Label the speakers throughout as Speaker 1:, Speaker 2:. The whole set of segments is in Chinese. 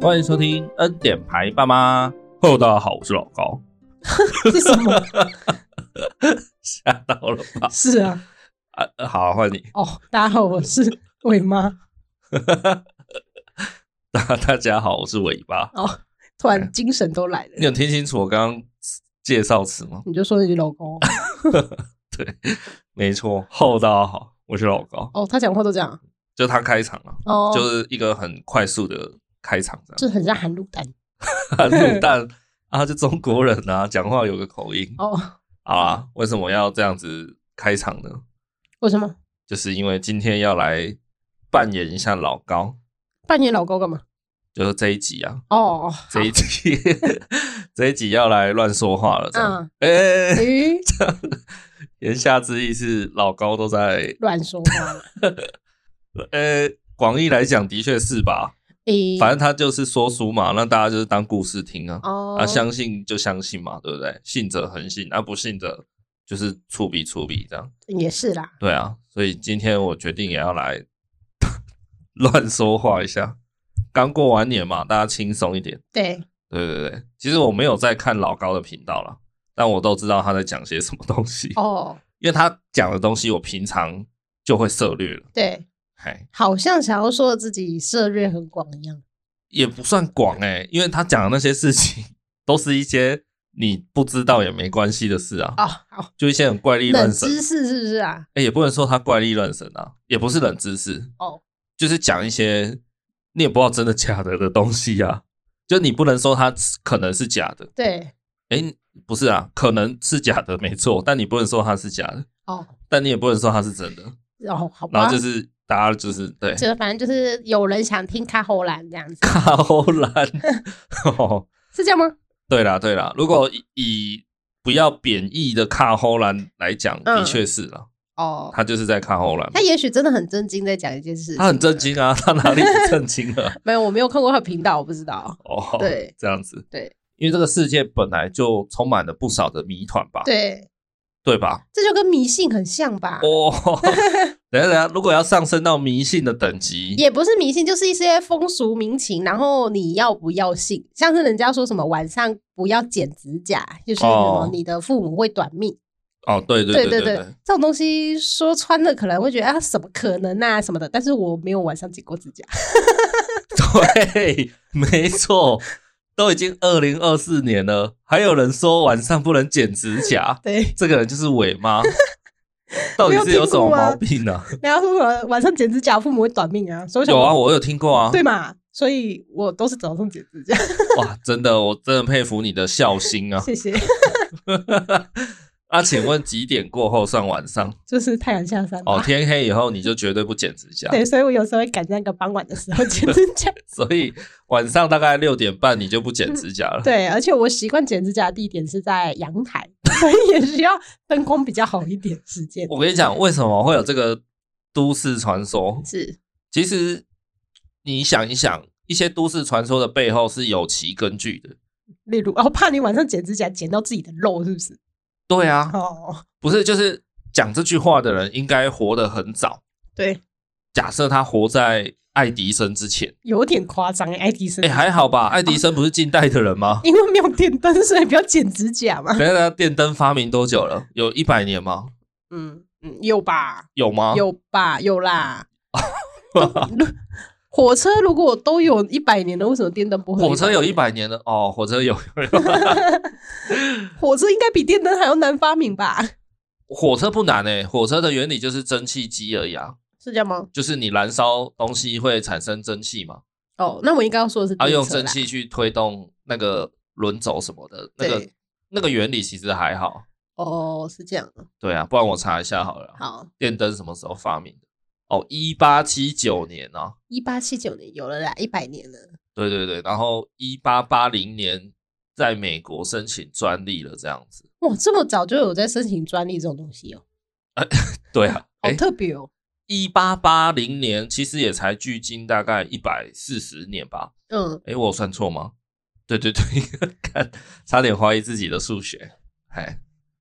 Speaker 1: 欢迎收听恩典牌爸妈。Hello，大家好，我是老高，
Speaker 2: 是什么？
Speaker 1: 吓到了吧？
Speaker 2: 是啊，
Speaker 1: 啊，呃好，换你。
Speaker 2: 哦，大家好，我是伟妈。
Speaker 1: 大大家好，我是尾巴。
Speaker 2: 哦，突然精神都来
Speaker 1: 你
Speaker 2: 了，
Speaker 1: 有听清楚我刚刚介绍词吗？
Speaker 2: 你就说你老公。
Speaker 1: 没错，Hello，大家好，我是老高。
Speaker 2: 哦，他讲话都这样，
Speaker 1: 就他开场了，
Speaker 2: 哦，
Speaker 1: 就是一个很快速的开场这
Speaker 2: 就很像含卤蛋。
Speaker 1: 样。卤蛋啊，就中国人 啊，讲话有个口音
Speaker 2: 哦，
Speaker 1: 啊。为什么要这样子开场呢？
Speaker 2: 为什么？
Speaker 1: 就是因为今天要来扮演一下老高，
Speaker 2: 扮演老公干嘛？
Speaker 1: 就是这一集啊，
Speaker 2: 哦，哦
Speaker 1: 这一集 这一集要来乱说话了，这样
Speaker 2: 嗯。
Speaker 1: 哎、
Speaker 2: 咦，
Speaker 1: 言下之意是老高都在，
Speaker 2: 乱说 话。
Speaker 1: 呃、广义来讲的确是吧？
Speaker 2: 咦，
Speaker 1: 反正他就是说书嘛，那大家就是当故事听啊，
Speaker 2: 哦，
Speaker 1: 啊，相信就相信嘛，对不对？信者恒信，啊，不信者就是触笔触笔这样。
Speaker 2: 也是啦。
Speaker 1: 对啊，所以今天我决定也要来 乱说话一下。刚过完年嘛，大家轻松一点。
Speaker 2: 对，
Speaker 1: 对对对，其实我没有在看老高的频道啦，但我都知道他在讲些什么东西，
Speaker 2: 哦，
Speaker 1: 因为他讲的东西我平常就会涉略了。
Speaker 2: 对，
Speaker 1: 嘿，
Speaker 2: 好像想要说自己涉猎很广一样。
Speaker 1: 也不算广哎、因为他讲的那些事情都是一些你不知道也没关系的事啊，
Speaker 2: 哦，好，
Speaker 1: 就一些很怪力
Speaker 2: 冷
Speaker 1: 乱神。
Speaker 2: 知识是不是啊？
Speaker 1: 哎、也不能说他怪力乱神啊，也不是冷知识
Speaker 2: 哦，
Speaker 1: 就是讲一些你也不知道真的假的的东西啊。就你不能说它可能是假的，
Speaker 2: 对，
Speaker 1: 哎、不是啊，可能是假的，没错，但你不能说它是假的，
Speaker 2: 哦，
Speaker 1: 但你也不能说它是真的。
Speaker 2: 哦，好吧。
Speaker 1: 然后就是大家就是对，
Speaker 2: 就反正就是有人想听开喉兰这样子，
Speaker 1: 卡欧兰。哦，
Speaker 2: 是这样吗？
Speaker 1: 对啦对啦，如果以以不要贬义的卡欧兰来讲，的
Speaker 2: 嗯
Speaker 1: 确是啦，
Speaker 2: 哦，
Speaker 1: 他就是在卡欧兰。
Speaker 2: 他也许真的很震惊在讲一件事情，
Speaker 1: 他很震。惊啊，他哪里不震惊了？
Speaker 2: 没有，我没有看过他的频道，我不知道。
Speaker 1: 哦，
Speaker 2: 对，
Speaker 1: 这样子，
Speaker 2: 对，
Speaker 1: 因为这个世界本来就充满了不少的谜团吧，
Speaker 2: 对，
Speaker 1: 对吧？
Speaker 2: 这就跟迷信很像吧？
Speaker 1: 哦， 等一下等一下，如果要上升到迷信的等级，
Speaker 2: 也不是迷信，就是一些风俗民情，然后你要不要信？像是人家说什么晚上不要剪指甲，就是什么
Speaker 1: 哦
Speaker 2: 你的父母会短命，
Speaker 1: 哦，对对
Speaker 2: 对
Speaker 1: 对
Speaker 2: 对，
Speaker 1: 对，
Speaker 2: 这种东西说穿了可能会觉得啊什么可能啊什么的，但是我没有晚上剪过指甲，
Speaker 1: 对，没错，都已经二零二四年了，还有人说晚上不能剪指甲，
Speaker 2: 对，
Speaker 1: 这个人就是伪 妈，到底
Speaker 2: 没有
Speaker 1: 是有
Speaker 2: 听
Speaker 1: 什么
Speaker 2: 过吗
Speaker 1: 毛病呢、啊？
Speaker 2: 人家说什么晚上剪指甲父母会短命啊，所以我想
Speaker 1: 有啊，
Speaker 2: 说
Speaker 1: 我有听过啊，
Speaker 2: 对嘛，所以我都是早上剪指甲，
Speaker 1: 哇，真的，我真的佩服你的孝心啊。
Speaker 2: 谢谢。
Speaker 1: 啊，请问几点过后算晚上？
Speaker 2: 就是太阳下山吧。
Speaker 1: 哦，天啊黑以后你就绝对不剪指甲，
Speaker 2: 啊 对，所以我有时候会赶在那个傍晚的时候剪指 甲。
Speaker 1: 所以晚上大概六点半你就不剪指甲了。
Speaker 2: 嗯对，而且我习惯剪指甲的地点是在阳台，所以也需要灯光比较好一点的时间。
Speaker 1: 我跟你讲，为什么会有这个都市传说？
Speaker 2: 是，
Speaker 1: 其实你想一想，一些都市传说的背后是有其根据的。
Speaker 2: 例如，哦，怕你晚上剪指甲剪到自己的肉，是不 是？
Speaker 1: 对啊，
Speaker 2: 哦，
Speaker 1: 不是就是讲这句话的人应该活得很早。
Speaker 2: 对，
Speaker 1: 假设他活在爱迪生之前，
Speaker 2: 有点夸张欸，爱迪生
Speaker 1: 哎、，还好吧？爱迪生不是近代的人 吗？
Speaker 2: 因为没有电灯，所以不要剪指甲嘛。
Speaker 1: 等一下，电灯发明多久了？有一百年吗？
Speaker 2: 嗯嗯，有吧，
Speaker 1: 有吗？
Speaker 2: 有吧，有啦。都火车如果都有一百年了，为什么电灯不会？
Speaker 1: 火车有一，百年了哦，火车有有有，
Speaker 2: 火车应该比电灯还要难发明吧？
Speaker 1: 火车不难诶、火车的原理就是蒸汽机而已啊，
Speaker 2: 是这样吗？
Speaker 1: 就是你燃烧东西会产生蒸汽嘛，
Speaker 2: 哦，那我应该要说的是
Speaker 1: 啊，
Speaker 2: 电
Speaker 1: 用
Speaker 2: 车啦
Speaker 1: 蒸汽去推动那个轮轴什么的，那个
Speaker 2: 对
Speaker 1: 那个原理其实还好，
Speaker 2: 哦，是这样。
Speaker 1: 对啊，不然我查一下好了，
Speaker 2: 好，
Speaker 1: 电灯什么时候发明的？哦，一八七九年啊，
Speaker 2: 一八七九年有了啦，一百年了。
Speaker 1: 对对对，然后一八八零年在美国申请专利了，这样子。
Speaker 2: 哇，这么早就有在申请专利这种东西哦，
Speaker 1: 对啊，
Speaker 2: 好
Speaker 1: 哎，
Speaker 2: 特别哦。
Speaker 1: 一八八零年其实也才距今大概一百四十年吧。
Speaker 2: 嗯，
Speaker 1: 哎，我有算错吗？对对对， 看，差点怀疑自己的数学。哎，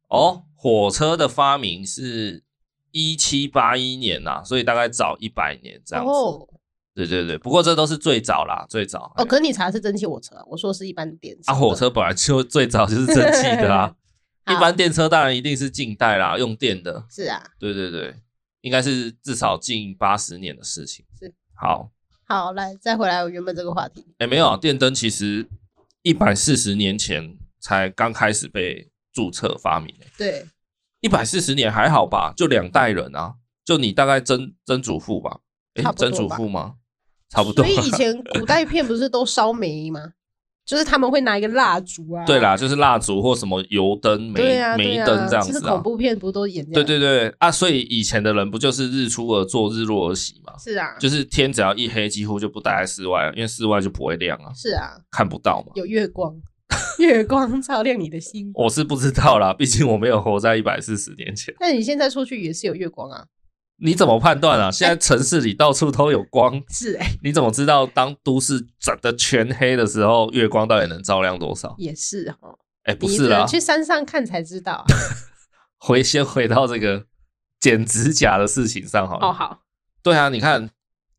Speaker 1: 哦，火车的发明是一七八一年呐、所以大概早一百年这样子。
Speaker 2: 哦
Speaker 1: 对对对，不过这都是最早啦，最早。
Speaker 2: 哦，
Speaker 1: 哎
Speaker 2: 可是你查的是蒸汽火车啊，我说的是一般电车
Speaker 1: 啊，火车本来就最早就是蒸汽的 啊，
Speaker 2: 好
Speaker 1: 一般电车当然一定是近代啦，用电的。
Speaker 2: 是啊。
Speaker 1: 对对对，应该是至少近八十年的事情。
Speaker 2: 是
Speaker 1: 好，
Speaker 2: 好，来再回来我原本这个话题。
Speaker 1: 哎，没有啊，电灯其实一百四十年前才刚开始被注册发明、欸，
Speaker 2: 对，
Speaker 1: 一百四十年还好吧？就两代人啊，就你大概曾曾祖父吧？哎
Speaker 2: 差，不多
Speaker 1: 曾
Speaker 2: 吧
Speaker 1: 祖父吗？ 差不多
Speaker 2: 所。以以前古代片不是都烧煤吗？就是他们会拿一个蜡烛 啊。
Speaker 1: 对啦，就是蜡烛或什么油灯、煤
Speaker 2: 对啊，
Speaker 1: 煤
Speaker 2: 对啊
Speaker 1: 灯这样
Speaker 2: 其实
Speaker 1: 子
Speaker 2: 恐
Speaker 1: 啊。
Speaker 2: 怖片不都演
Speaker 1: 对
Speaker 2: 这样？
Speaker 1: 对对啊，所以以前的人不就是日出而作，日落而息嘛？
Speaker 2: 是啊，
Speaker 1: 就是天只要一黑，几乎就不待在室外了，因为室外就不会亮啊，
Speaker 2: 是啊，
Speaker 1: 看不到嘛。
Speaker 2: 有月光，月光照亮你的心。
Speaker 1: 我是不知道啦，毕竟我没有活在一百四十年前。
Speaker 2: 那你现在出去也是有月光啊？
Speaker 1: 你怎么判
Speaker 2: 哎
Speaker 1: 断啊？现在城市里到处都有光，
Speaker 2: 是哎、
Speaker 1: 你怎么知道当都市整的全黑的时候，月光到底能照亮多少？
Speaker 2: 也是哦。
Speaker 1: 哎、不
Speaker 2: 你
Speaker 1: 是
Speaker 2: 只
Speaker 1: 啦
Speaker 2: 能，去山上看才知道啊。
Speaker 1: 回先回到这个剪指甲的事情上好了。
Speaker 2: 哦， 好。
Speaker 1: 对啊，你看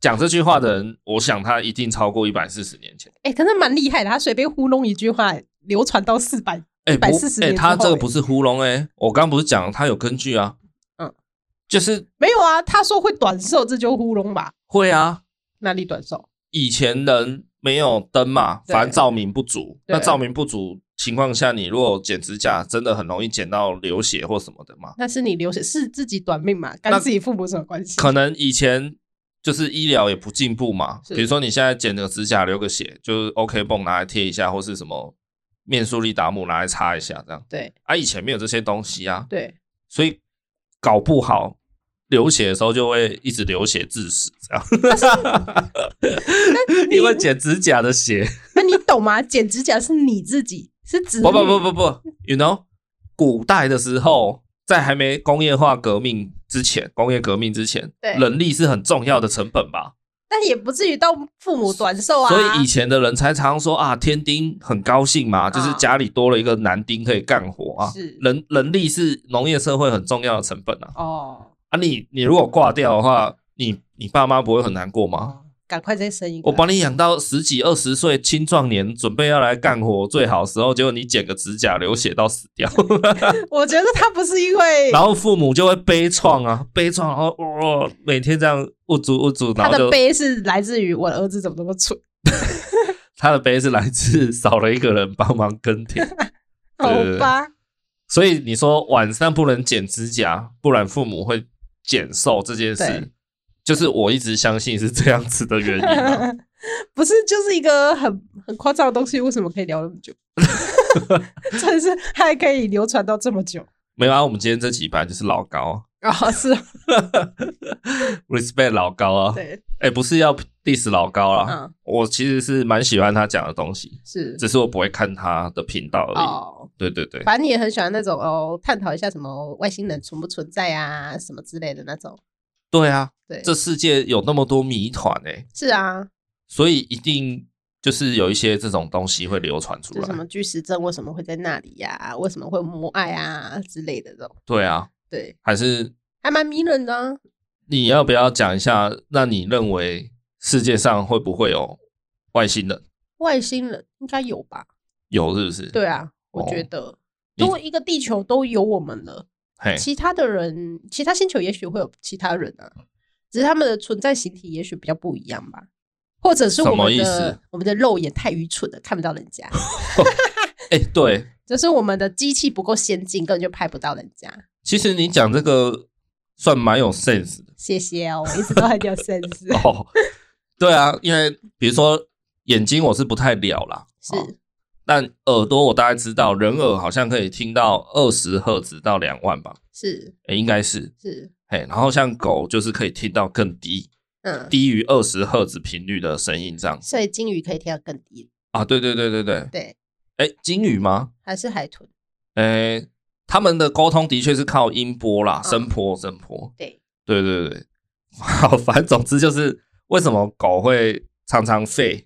Speaker 1: 讲这句话的人，我想他一定超过一百四十年前。
Speaker 2: 哎、可是蛮厉害的，他随便糊弄一句话，流传到四百。
Speaker 1: 哎、不，
Speaker 2: 140
Speaker 1: 哎、
Speaker 2: 年之
Speaker 1: 他
Speaker 2: 后
Speaker 1: 这个
Speaker 2: 哎
Speaker 1: 不是糊弄哎、我刚不是讲他有根据啊，
Speaker 2: 嗯，
Speaker 1: 就是
Speaker 2: 没有啊，他说会短寿，这就糊弄吧？
Speaker 1: 会啊，
Speaker 2: 哪里短寿？
Speaker 1: 以前人没有灯嘛，
Speaker 2: 对
Speaker 1: 反正照明不足，
Speaker 2: 对
Speaker 1: 那照明不足情况下，你如果剪指甲，真的很容易剪到流血或什么的嘛。
Speaker 2: 那是你流血，是自己短命嘛，
Speaker 1: 那
Speaker 2: 跟自己父母有什么关系？
Speaker 1: 可能以前就是医疗也不进步嘛，
Speaker 2: 是
Speaker 1: 比如说你现在剪个指甲流个血，就是 OK 泵拿来贴一下，或是什么面速力达姆拿来擦一下这样。
Speaker 2: 对
Speaker 1: 啊，以前没有这些东西啊，
Speaker 2: 对，
Speaker 1: 所以搞不好流血的时候就会一直流血致死这 样。 因为剪指甲的血，
Speaker 2: 那你懂吗？剪指甲是你自己，是指
Speaker 1: 不不不不不，you know，古代的时候，在还没工业化革命之前，工业革命之前，
Speaker 2: 对
Speaker 1: 人力是很重要的成本吧，
Speaker 2: 但也不至于到父母短寿啊。
Speaker 1: 所以以前的人才常说啊，天丁很高兴嘛，就是家里多了一个男丁可以干活啊
Speaker 2: 啊是，
Speaker 1: 人人力是农业社会很重要的成本啊，
Speaker 2: 哦，
Speaker 1: 啊你你如果挂掉的话，你你爸妈不会很难过吗？
Speaker 2: 赶快再生一个。
Speaker 1: 我把你养到十几二十岁青壮年，准备要来干活最好的时候，结果你剪个指甲流血到死掉，
Speaker 2: 我觉得他不是因为
Speaker 1: 然后父母就会悲怆啊，悲怆，然后哇、每天这样捂足捂足，然
Speaker 2: 嗯他
Speaker 1: 后
Speaker 2: 的
Speaker 1: 就
Speaker 2: 悲是来自于我的儿子怎么那么蠢，
Speaker 1: 他的悲是来自少了一个人帮忙耕 田，
Speaker 2: 好
Speaker 1: 对
Speaker 2: 吧？
Speaker 1: 所以你说晚上不能剪指甲，不然父母会减寿这件
Speaker 2: 对
Speaker 1: 事，就是我一直相信是这样子的原因、啊。
Speaker 2: 不是，就是一个很很夸张的东西，为什么可以聊那么久？ 真的是还可以流传到这么久
Speaker 1: 没有啊，我们今天这几排就是老高啊
Speaker 2: 哦，是哦，
Speaker 1: ，respect 老高啊，
Speaker 2: 对，
Speaker 1: 哎、不是要 diss 老高啦，
Speaker 2: 嗯，
Speaker 1: 我其实是蛮喜欢他讲的东西，
Speaker 2: 是
Speaker 1: 只是我不会看他的频道而已。
Speaker 2: 哦，
Speaker 1: 对对对，
Speaker 2: 反正你也很喜欢那种哦，探讨一下什么外星人存不存在啊，什么之类的那种。
Speaker 1: 对啊，
Speaker 2: 对，
Speaker 1: 这世界有那么多谜团哎、
Speaker 2: 是啊，
Speaker 1: 所以一定就是有一些这种东西会流传出
Speaker 2: 就什
Speaker 1: 来。
Speaker 2: 么巨石阵为什么会在那里呀、为什么会母爱啊之类的这种，
Speaker 1: 对啊，
Speaker 2: 对，
Speaker 1: 还是
Speaker 2: 还蛮迷人的啊、
Speaker 1: 你要不要讲一下？那你认为世界上会不会有外星人？
Speaker 2: 外星人应该有吧？
Speaker 1: 有是不是？，
Speaker 2: 对啊，我
Speaker 1: 哦
Speaker 2: 觉得，
Speaker 1: 你
Speaker 2: 都一个地球都有我们了。
Speaker 1: 嘿，
Speaker 2: 其他的人，其他星球也许会有其他人啊，只是他们的存在形体也许比较不一样吧，或者是我
Speaker 1: 什么
Speaker 2: 们
Speaker 1: 意
Speaker 2: 的
Speaker 1: 思
Speaker 2: 我们的肉眼太愚蠢了，看不到人家，
Speaker 1: 哎、对，
Speaker 2: 就是我们的机器不够先进，根本就拍不到人家。
Speaker 1: 其实你讲这个算蛮有 sense 的。
Speaker 2: 谢谢哦，我一直都很 有 sense，
Speaker 1: 哦，对啊，因为比如说眼睛我是不太了啦，哦
Speaker 2: 是
Speaker 1: 但耳朵我大概知道，人耳好像可以听到二十赫兹到两万吧，
Speaker 2: 是
Speaker 1: 诶应该是。
Speaker 2: 是，
Speaker 1: 嘿，然后像狗就是可以听到更低，
Speaker 2: 嗯，
Speaker 1: 低于二十赫兹频率的声音这样子
Speaker 2: 所以金鱼可以听到更低，
Speaker 1: 啊，对对对对对，
Speaker 2: 对，
Speaker 1: 哎，金鱼吗？
Speaker 2: 还是海豚，
Speaker 1: 哎，他们的沟通的确是靠音波啦，
Speaker 2: 嗯
Speaker 1: 声波声波，
Speaker 2: 对，
Speaker 1: 对对对， 好，反正总之就是为什么狗会常常吠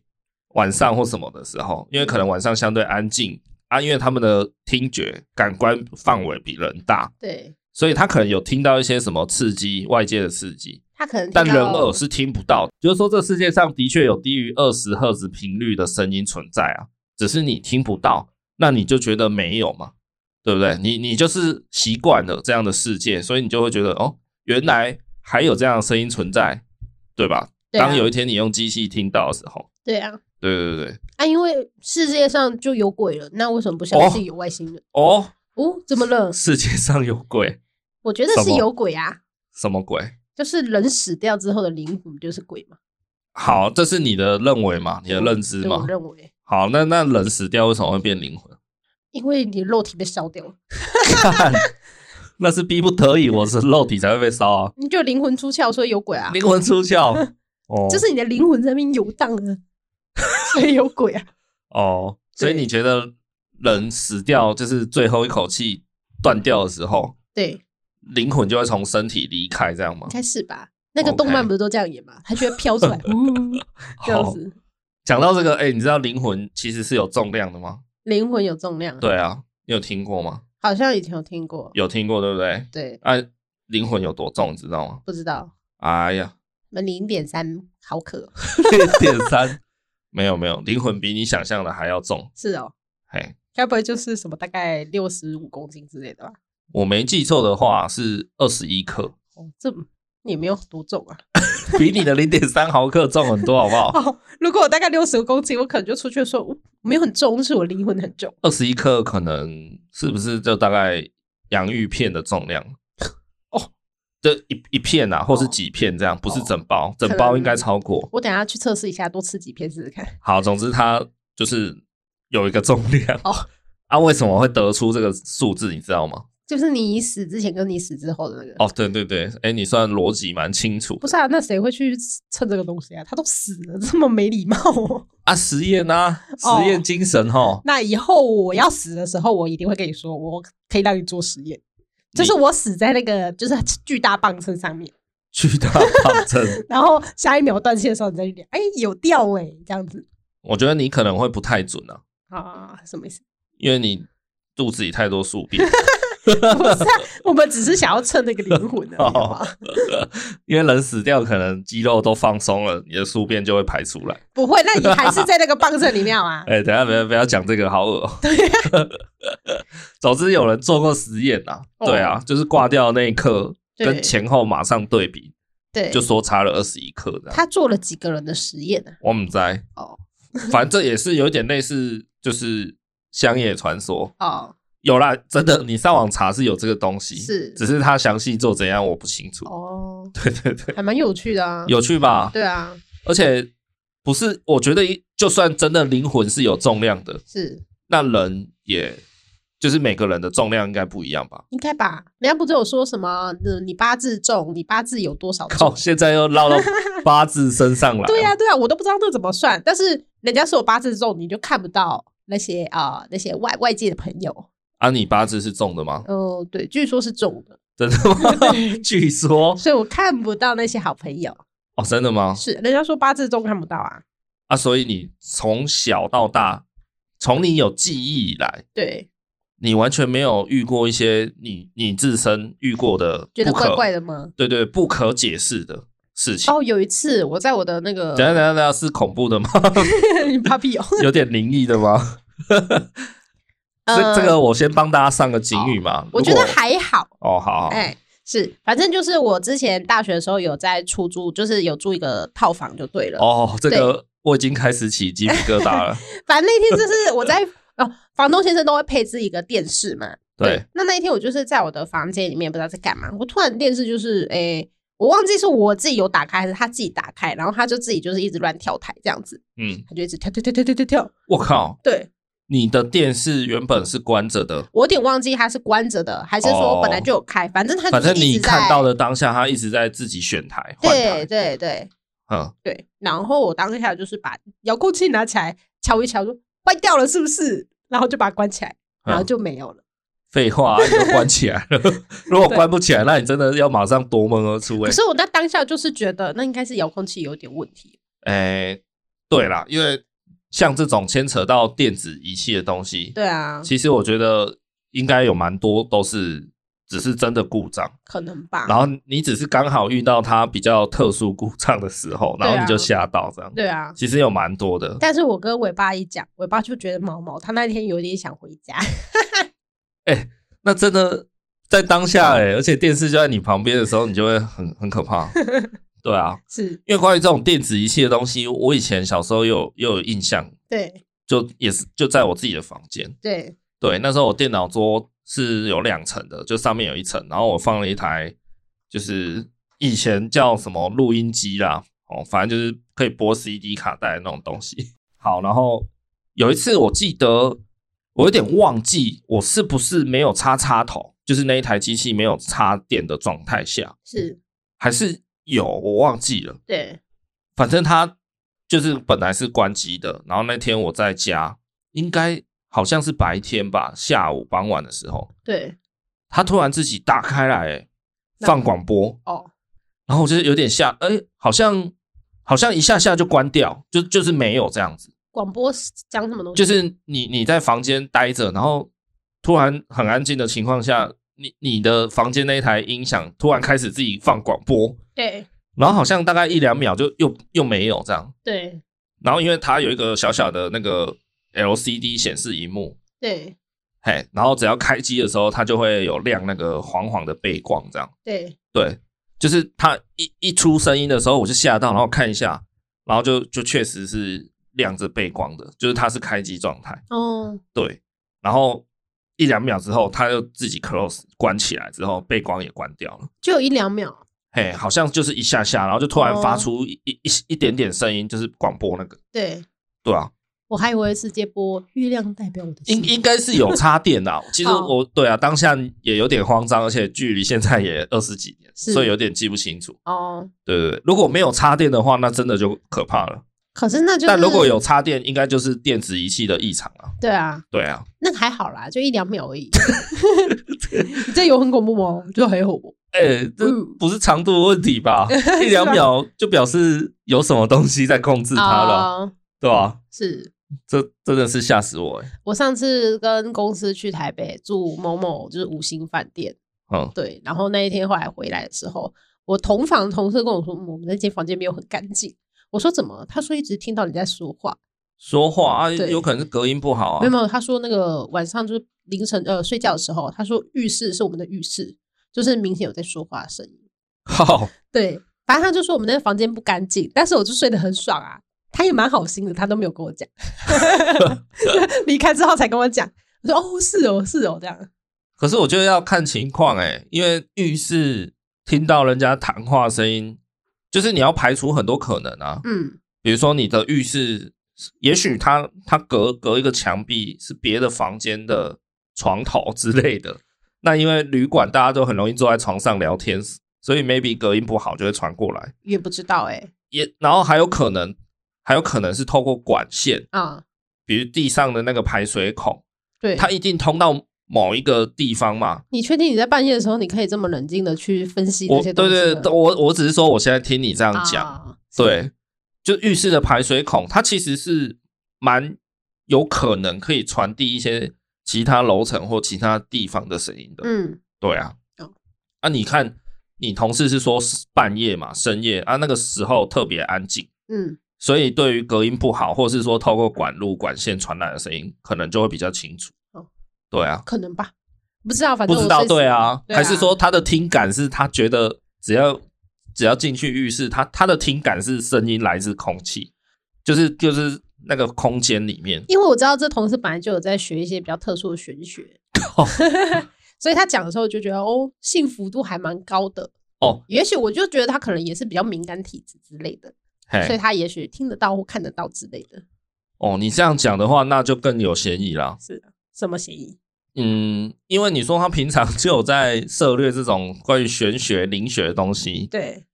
Speaker 1: 晚上或什么的时候，因为可能晚上相对安静啊，因为他们的听觉感官范围比人大，
Speaker 2: 对，
Speaker 1: 所以它可能有听到一些什么刺激，外界的刺激，
Speaker 2: 它可能听
Speaker 1: 但人
Speaker 2: 到
Speaker 1: 耳是听不到的。就是说，这世界上的确有低于二十赫兹频率的声音存在啊，只是你听不到，那你就觉得没有嘛，对不对？你你就是习惯了这样的世界，所以你就会觉得哦，原来还有这样的声音存在，对吧？
Speaker 2: 对啊
Speaker 1: 当有一天你用机器听到的时候，
Speaker 2: 对啊，
Speaker 1: 对对对对，
Speaker 2: 啊，因为世界上就有鬼了，那为什么不相信有外星人？
Speaker 1: 哦，
Speaker 2: 哦，怎么了？
Speaker 1: 世界上有鬼，
Speaker 2: 我觉得
Speaker 1: 什
Speaker 2: 是
Speaker 1: 么
Speaker 2: 有鬼啊，
Speaker 1: 什么鬼？
Speaker 2: 就是人死掉之后的灵魂就是鬼嘛，
Speaker 1: 好，这是你的认为嘛？你的认知
Speaker 2: 对
Speaker 1: 嘛？
Speaker 2: 我认为，
Speaker 1: 好，那那人死掉为什么会变灵魂？
Speaker 2: 因为你的肉体被烧掉了，
Speaker 1: 看， 那是逼不得已，我是肉体才会被烧啊，
Speaker 2: 你就灵魂出窍，所以有鬼啊，
Speaker 1: 灵魂出窍。哦，
Speaker 2: 就是你的灵魂在那边游荡啊， 所以有鬼啊。
Speaker 1: 哦，所以你觉得人死掉就是最后一口气断掉的时候，
Speaker 2: 对，应
Speaker 1: 灵魂就会从身体离开，这样吗？
Speaker 2: 该是吧？那个
Speaker 1: OK
Speaker 2: 动漫不是都这样演吗？它就会飘出来，嗯，这样
Speaker 1: 好，
Speaker 2: 子，
Speaker 1: 讲到这个，哎、你知道灵魂其实是有重量的吗？
Speaker 2: 灵魂有重量。，
Speaker 1: 对啊，你有听过吗？
Speaker 2: 好像以前有听过。
Speaker 1: 有听过对不对？
Speaker 2: 对，
Speaker 1: 啊，灵魂有多重，你知道吗？
Speaker 2: 不知道，
Speaker 1: 哎呀，
Speaker 2: 零点三哦毫克，
Speaker 1: 零点三，没有没有，灵魂比你想象的还要重，
Speaker 2: 是哦，
Speaker 1: 嘿。
Speaker 2: 该不会就是什么大概六十五公斤之类的吧？
Speaker 1: 我没记错的话是二十一克，
Speaker 2: 哦，这也没有多重啊。
Speaker 1: 比你的零点三毫克重很多，好不好？
Speaker 2: 哦，如果我大概六十五公斤，我可能就出去说我没有很重，但是我灵魂很重。
Speaker 1: 二十一克可能是不是就大概洋芋片的重量？哦，这一一片啊，或
Speaker 2: 哦
Speaker 1: 是几片这样，不是整包，整包应该超过。
Speaker 2: 我等一下去测试一下，多吃几片试试看。
Speaker 1: 好，总之它就是有一个重量。
Speaker 2: 哦，
Speaker 1: 啊，为什么会得出这个数字？你知道吗？
Speaker 2: 就是你死之前跟你死之后的那个。
Speaker 1: 哦，对对对，哎，你算逻辑蛮清楚
Speaker 2: 不是啊，那谁会去蹭这个东西啊？他都死了，这么没礼貌、哦。
Speaker 1: 啊。实验啊，
Speaker 2: 哦
Speaker 1: 实验精神哦。
Speaker 2: 那以后我要死的时候，我一定会跟你说，我可以让你做实验，就是我死在那个就是巨大棒秤上面，
Speaker 1: 巨大方针，
Speaker 2: 然后下一秒断线的时候，你再去量，哎、有掉哎、这样子
Speaker 1: 我觉得你可能会不太准啊。
Speaker 2: 啊，什么意思？
Speaker 1: 因为你肚子里太多宿便，
Speaker 2: 不是啊、我们只是想要蹭那个灵魂的，好不 好
Speaker 1: 哦因为人死掉可能肌肉都放松了，你的宿便就会排出来。
Speaker 2: 不会，那你 还是在那个棒秤里面啊？
Speaker 1: 哎、等一下不要不要讲这个，好恶、哦。 总之有人做过实验啊，
Speaker 2: 哦
Speaker 1: 对啊，就是挂掉的那一刻
Speaker 2: 对
Speaker 1: 跟前后马上对比，
Speaker 2: 对，
Speaker 1: 就说差了二十一克这样。
Speaker 2: 他做了几个人的实验啊呢、
Speaker 1: 我们在
Speaker 2: 哦
Speaker 1: 反正这也是有点类似，就是乡野传说。
Speaker 2: 啊？
Speaker 1: 有啦，真的，你上网查是有这个东西，
Speaker 2: 是
Speaker 1: 只是它详细做怎样我不清楚。
Speaker 2: 哦哦，
Speaker 1: 对对对，
Speaker 2: 还蛮有趣的啊。
Speaker 1: 有趣吧？
Speaker 2: 对啊，
Speaker 1: 而且不是，我觉得一就算真的灵魂是有重量的，
Speaker 2: 是
Speaker 1: 那人也就是每个人的重量应该不一样吧？
Speaker 2: 应该吧？人家不是有说什么，嗯你八字重，你八字有多少
Speaker 1: 靠，哦
Speaker 2: 重？
Speaker 1: 现在又 绕到八字身上来，
Speaker 2: 对呀、、啊对呀、我都不知道那怎么算。但是人家说我八字重，你就看不到那些啊、那些外外界的朋友。
Speaker 1: 啊，你八字是重的吗？
Speaker 2: 嗯、对，据说是重的，
Speaker 1: 真的吗？ 据说
Speaker 2: 所以我看不到那些好朋友。
Speaker 1: 哦，真的吗？
Speaker 2: 是人家说八字重看不到啊。
Speaker 1: 啊，所以你从小到大，从你有记忆以来，
Speaker 2: 对，
Speaker 1: 你完全没有遇过一些你你自身遇过的
Speaker 2: 觉得
Speaker 1: 不可
Speaker 2: 怪怪的吗？
Speaker 1: 对对，不可解释的事情。
Speaker 2: 哦，有一次我在我的那个
Speaker 1: 等一下等一下等一下，是恐怖的吗？
Speaker 2: 你怕屁哦，
Speaker 1: 有点灵异的吗？这
Speaker 2: 呃
Speaker 1: 这个我先帮大家上个警语嘛。
Speaker 2: 我
Speaker 1: 如
Speaker 2: 觉
Speaker 1: 果
Speaker 2: 得还好。
Speaker 1: 哦，好好，
Speaker 2: 哎，是，反正就是我之前大学的时候有在出租，就是有住一个套房就对了。
Speaker 1: 哦，这个我已经开始起鸡皮疙瘩 了。
Speaker 2: 反正那天就是我在 哦，房东先生都会配置一个电视嘛。
Speaker 1: 对，
Speaker 2: 那那一天我就是在我的房间里面，不知道在干嘛，我突然电视就是诶。我忘记是我自己有打开还是他自己打开，然后他就自己就是一直乱跳台这样子，
Speaker 1: 嗯，
Speaker 2: 他就一直跳跳跳跳跳跳跳。
Speaker 1: 我靠，
Speaker 2: 对，
Speaker 1: 你的电视原本是关着的，
Speaker 2: 我有点忘记它是关着的，还是说本来就有开，反正它
Speaker 1: 哦反
Speaker 2: 就是
Speaker 1: 正
Speaker 2: 一
Speaker 1: 你
Speaker 2: 直在
Speaker 1: 看到的当下，它一直在自己选台换
Speaker 2: 对
Speaker 1: 台。
Speaker 2: 对对
Speaker 1: 嗯，
Speaker 2: 对。然后我当下就是把遥控器拿起来敲一敲，说坏掉了是不是？然后就把它关起来，然
Speaker 1: 嗯
Speaker 2: 后就没有了。
Speaker 1: 废话、啊，你都关起来了。 如果关不起来，那你真的要马上夺门而出、
Speaker 2: 可
Speaker 1: 欸。
Speaker 2: 是我在当下就是觉得那应该是遥控器有点问题。
Speaker 1: 哎、对啦，因为像这种牵扯到电子仪器的东西，
Speaker 2: 对啊，
Speaker 1: 其实我觉得应该有蛮多都是只是真的故障，
Speaker 2: 可能吧。
Speaker 1: 然后你只是刚好遇到它比较特殊故障的时候，
Speaker 2: 对啊
Speaker 1: 然后你就吓到这样。
Speaker 2: 对啊，
Speaker 1: 其实有蛮多的，
Speaker 2: 但是我跟尾巴一讲，尾巴就觉得毛毛，他那天有点想回家。
Speaker 1: 那真的在当下哎、而且电视就在你旁边的时候，你就会很很可 怕。对啊，
Speaker 2: 是，
Speaker 1: 因为关于这种电子仪器的东西，我以前小时候有又有印象，
Speaker 2: 对
Speaker 1: 就也是就在我自己的房间。
Speaker 2: 对，
Speaker 1: 对，那时候我电脑桌是有两层的，就上面有一层，然后我放了一台，就是以前叫什么录音机啦，哦，反正就是可以播 CD 卡带的那种东西。好，然后有一次我记得我有点忘记我是不是没有插插头，就是那一台机器没有插电的状态下，
Speaker 2: 是，
Speaker 1: 还是有我忘记了，
Speaker 2: 对，
Speaker 1: 反正它就是本来是关机的，然后那天我在家，应该好像是白天吧，下午傍晚的时候，
Speaker 2: 对，
Speaker 1: 它突然自己打开来、欸
Speaker 2: 那
Speaker 1: 放广播，
Speaker 2: 哦，
Speaker 1: 然后我就是有点吓，哎、好像好像一下下就关掉，就就是没有这样子，
Speaker 2: 广播是讲什么东西？
Speaker 1: 就是你你在房间待着，然后突然很安静的情况下，你你的房间那一台音响突然开始自己放广播，
Speaker 2: 对
Speaker 1: 然后好像大概一两秒就又又没有这样。
Speaker 2: 对
Speaker 1: 然后因为它有一个小小的那个 LCD 显示荧幕，
Speaker 2: 对
Speaker 1: 嘿，然后只要开机的时候，它就会有亮那个黄黄的背光，这样。
Speaker 2: 对，
Speaker 1: 对，就是它一一出声音的时候，我就吓到，然后看一下，然后就就确实是亮着背光的，就是它是开机状态。
Speaker 2: 哦，
Speaker 1: 对，然后一两秒之后，它就自己 close 关起来之后，背光也关掉了。
Speaker 2: 就有一两秒。
Speaker 1: 嘿，好像就是一下下，然后就突然发
Speaker 2: 哦
Speaker 1: 出一、一一一点点声音，就是广播那个，
Speaker 2: 对
Speaker 1: 对啊，
Speaker 2: 我还以为是接播，月亮代表我的
Speaker 1: 应
Speaker 2: 心。
Speaker 1: 应该是有插电啦。其实
Speaker 2: 好
Speaker 1: 我对啊，当下也有点慌张，而且距离现在也二十几年，
Speaker 2: 是
Speaker 1: 所以有点记不清楚。
Speaker 2: 哦，
Speaker 1: 对对对，如果没有插电的话，那真的就可怕了。
Speaker 2: 可是那就是
Speaker 1: 但如果有插电，应该就是电子仪器的异常啊。
Speaker 2: 对啊，
Speaker 1: 对啊，
Speaker 2: 那还好啦，就一两秒 而已。你这有很恐怖吗？就很恐怖。
Speaker 1: 哎、这
Speaker 2: 嗯
Speaker 1: 不是长度的问题 吧？一
Speaker 2: 是
Speaker 1: 两
Speaker 2: 吧
Speaker 1: 秒就表示有什么东西在控制它了，
Speaker 2: 哦
Speaker 1: 对吧、啊
Speaker 2: 是
Speaker 1: 这真的是吓死我、欸！
Speaker 2: 我上次跟公司去台北住某某就是五星饭店，
Speaker 1: 嗯，
Speaker 2: 对，然后那一天后来回来的时候，我同房的同事跟我说，嗯我们那间房间没有很干净。我说怎么？他说一直听到你在说话，
Speaker 1: 说话啊，
Speaker 2: 对
Speaker 1: 有可能是隔音不好啊。
Speaker 2: 没有没有。他说那个晚上就是凌晨呃睡觉的时候，他说浴室是我们的浴室，就是明显有在说话的声音。
Speaker 1: 好，
Speaker 2: 对，反正他就说我们那个房间不干净，但是我就睡得很爽啊。他也蛮好心的，他都没有跟我讲， 离开之后才跟我讲。我说哦，是哦，是哦，这样。
Speaker 1: 可是我觉得要看情况哎、因为浴室听到人家谈话声音，就是你要排除很多可能啊。
Speaker 2: 嗯，
Speaker 1: 比如说你的浴室，也许它它隔隔一个墙壁是别的房间的床头之类的。那因为旅馆大家都很容易坐在床上聊天，所以 maybe 隔音不好就会传过来。
Speaker 2: 也不知道哎、
Speaker 1: 也然后还有可能，还有可能是透过管线，
Speaker 2: 啊，
Speaker 1: 比如地上的那个排水孔，
Speaker 2: 对，
Speaker 1: 它一定通到某一个地方嘛。
Speaker 2: 你确定你在半夜的时候，你可以这么冷静的去分析
Speaker 1: 我对
Speaker 2: 这些东
Speaker 1: 对
Speaker 2: 西
Speaker 1: 对，
Speaker 2: 的
Speaker 1: 我我只是说我现在听你这样讲，
Speaker 2: 啊
Speaker 1: 对，就浴室的排水孔，它其实是蛮有可能可以传递一些其他楼层或其他地方的声音的，
Speaker 2: 嗯，
Speaker 1: 对啊
Speaker 2: 哦，
Speaker 1: 啊，你看你同事是说是半夜嘛，深夜啊，那个时候特别安静，
Speaker 2: 嗯，
Speaker 1: 所以对于隔音不好，或是说透过管路管线传来的声音，可能就会比较清楚
Speaker 2: 哦，
Speaker 1: 对啊，
Speaker 2: 可能吧，不知道，反
Speaker 1: 不
Speaker 2: 正我
Speaker 1: 知道，
Speaker 2: 睡死
Speaker 1: 对啊
Speaker 2: 了，
Speaker 1: 还是说他的听感是他觉得只要只要进去浴室，他他的听感是声音来自空气，就是就是那个空间里面，
Speaker 2: 因为我知道这同事本来就有在学一些比较特殊的玄 学，所以他讲的时候就觉得哦，幸福度还蛮高的
Speaker 1: 哦。
Speaker 2: 也许我就觉得他可能也是比较敏感体质之类的，所以
Speaker 1: 嘿，
Speaker 2: 他也许听得到或看得到之类的。
Speaker 1: 哦，你这样讲的话，那就更有嫌疑啦。
Speaker 2: 是的，什么协议？
Speaker 1: 嗯，因为你说他平常就有在涉略这种关于玄学、灵学的东西，
Speaker 2: 对，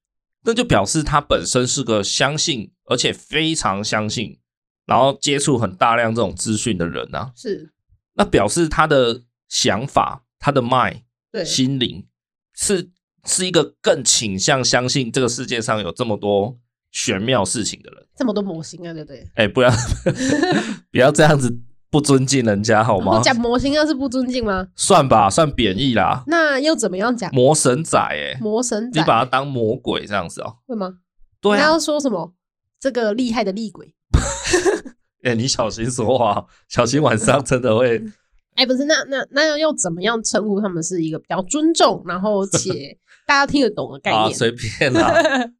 Speaker 1: 那就表示他本身是个相信，而且非常相信，然后接触很大量这种资讯的人啊。
Speaker 2: 是，
Speaker 1: 那表示他的想法、他的 mind、
Speaker 2: 对，
Speaker 1: 心灵是是一个更倾向相信这个世界上有这么多玄妙事情的人。
Speaker 2: 这么多模型啊，对不对？
Speaker 1: 哎、不要 不要这样子不尊敬人家好吗
Speaker 2: 我？讲模型那是不尊敬吗？
Speaker 1: 算吧，算贬义啦。
Speaker 2: 那又怎么样讲？
Speaker 1: 魔神仔、欸，
Speaker 2: 魔神
Speaker 1: 你
Speaker 2: 仔
Speaker 1: 把他当魔鬼这样子哦、
Speaker 2: 会吗？
Speaker 1: 对
Speaker 2: 你
Speaker 1: 啊，
Speaker 2: 要说什么？这个厉害的厉鬼？
Speaker 1: 哎、你小心说话哦，小心晚上真的会。
Speaker 2: 哎，不是，那那那要怎么样称呼他们是一个比较尊重，然后且大家听得懂的概
Speaker 1: 啊，
Speaker 2: 念？
Speaker 1: 随便 啦。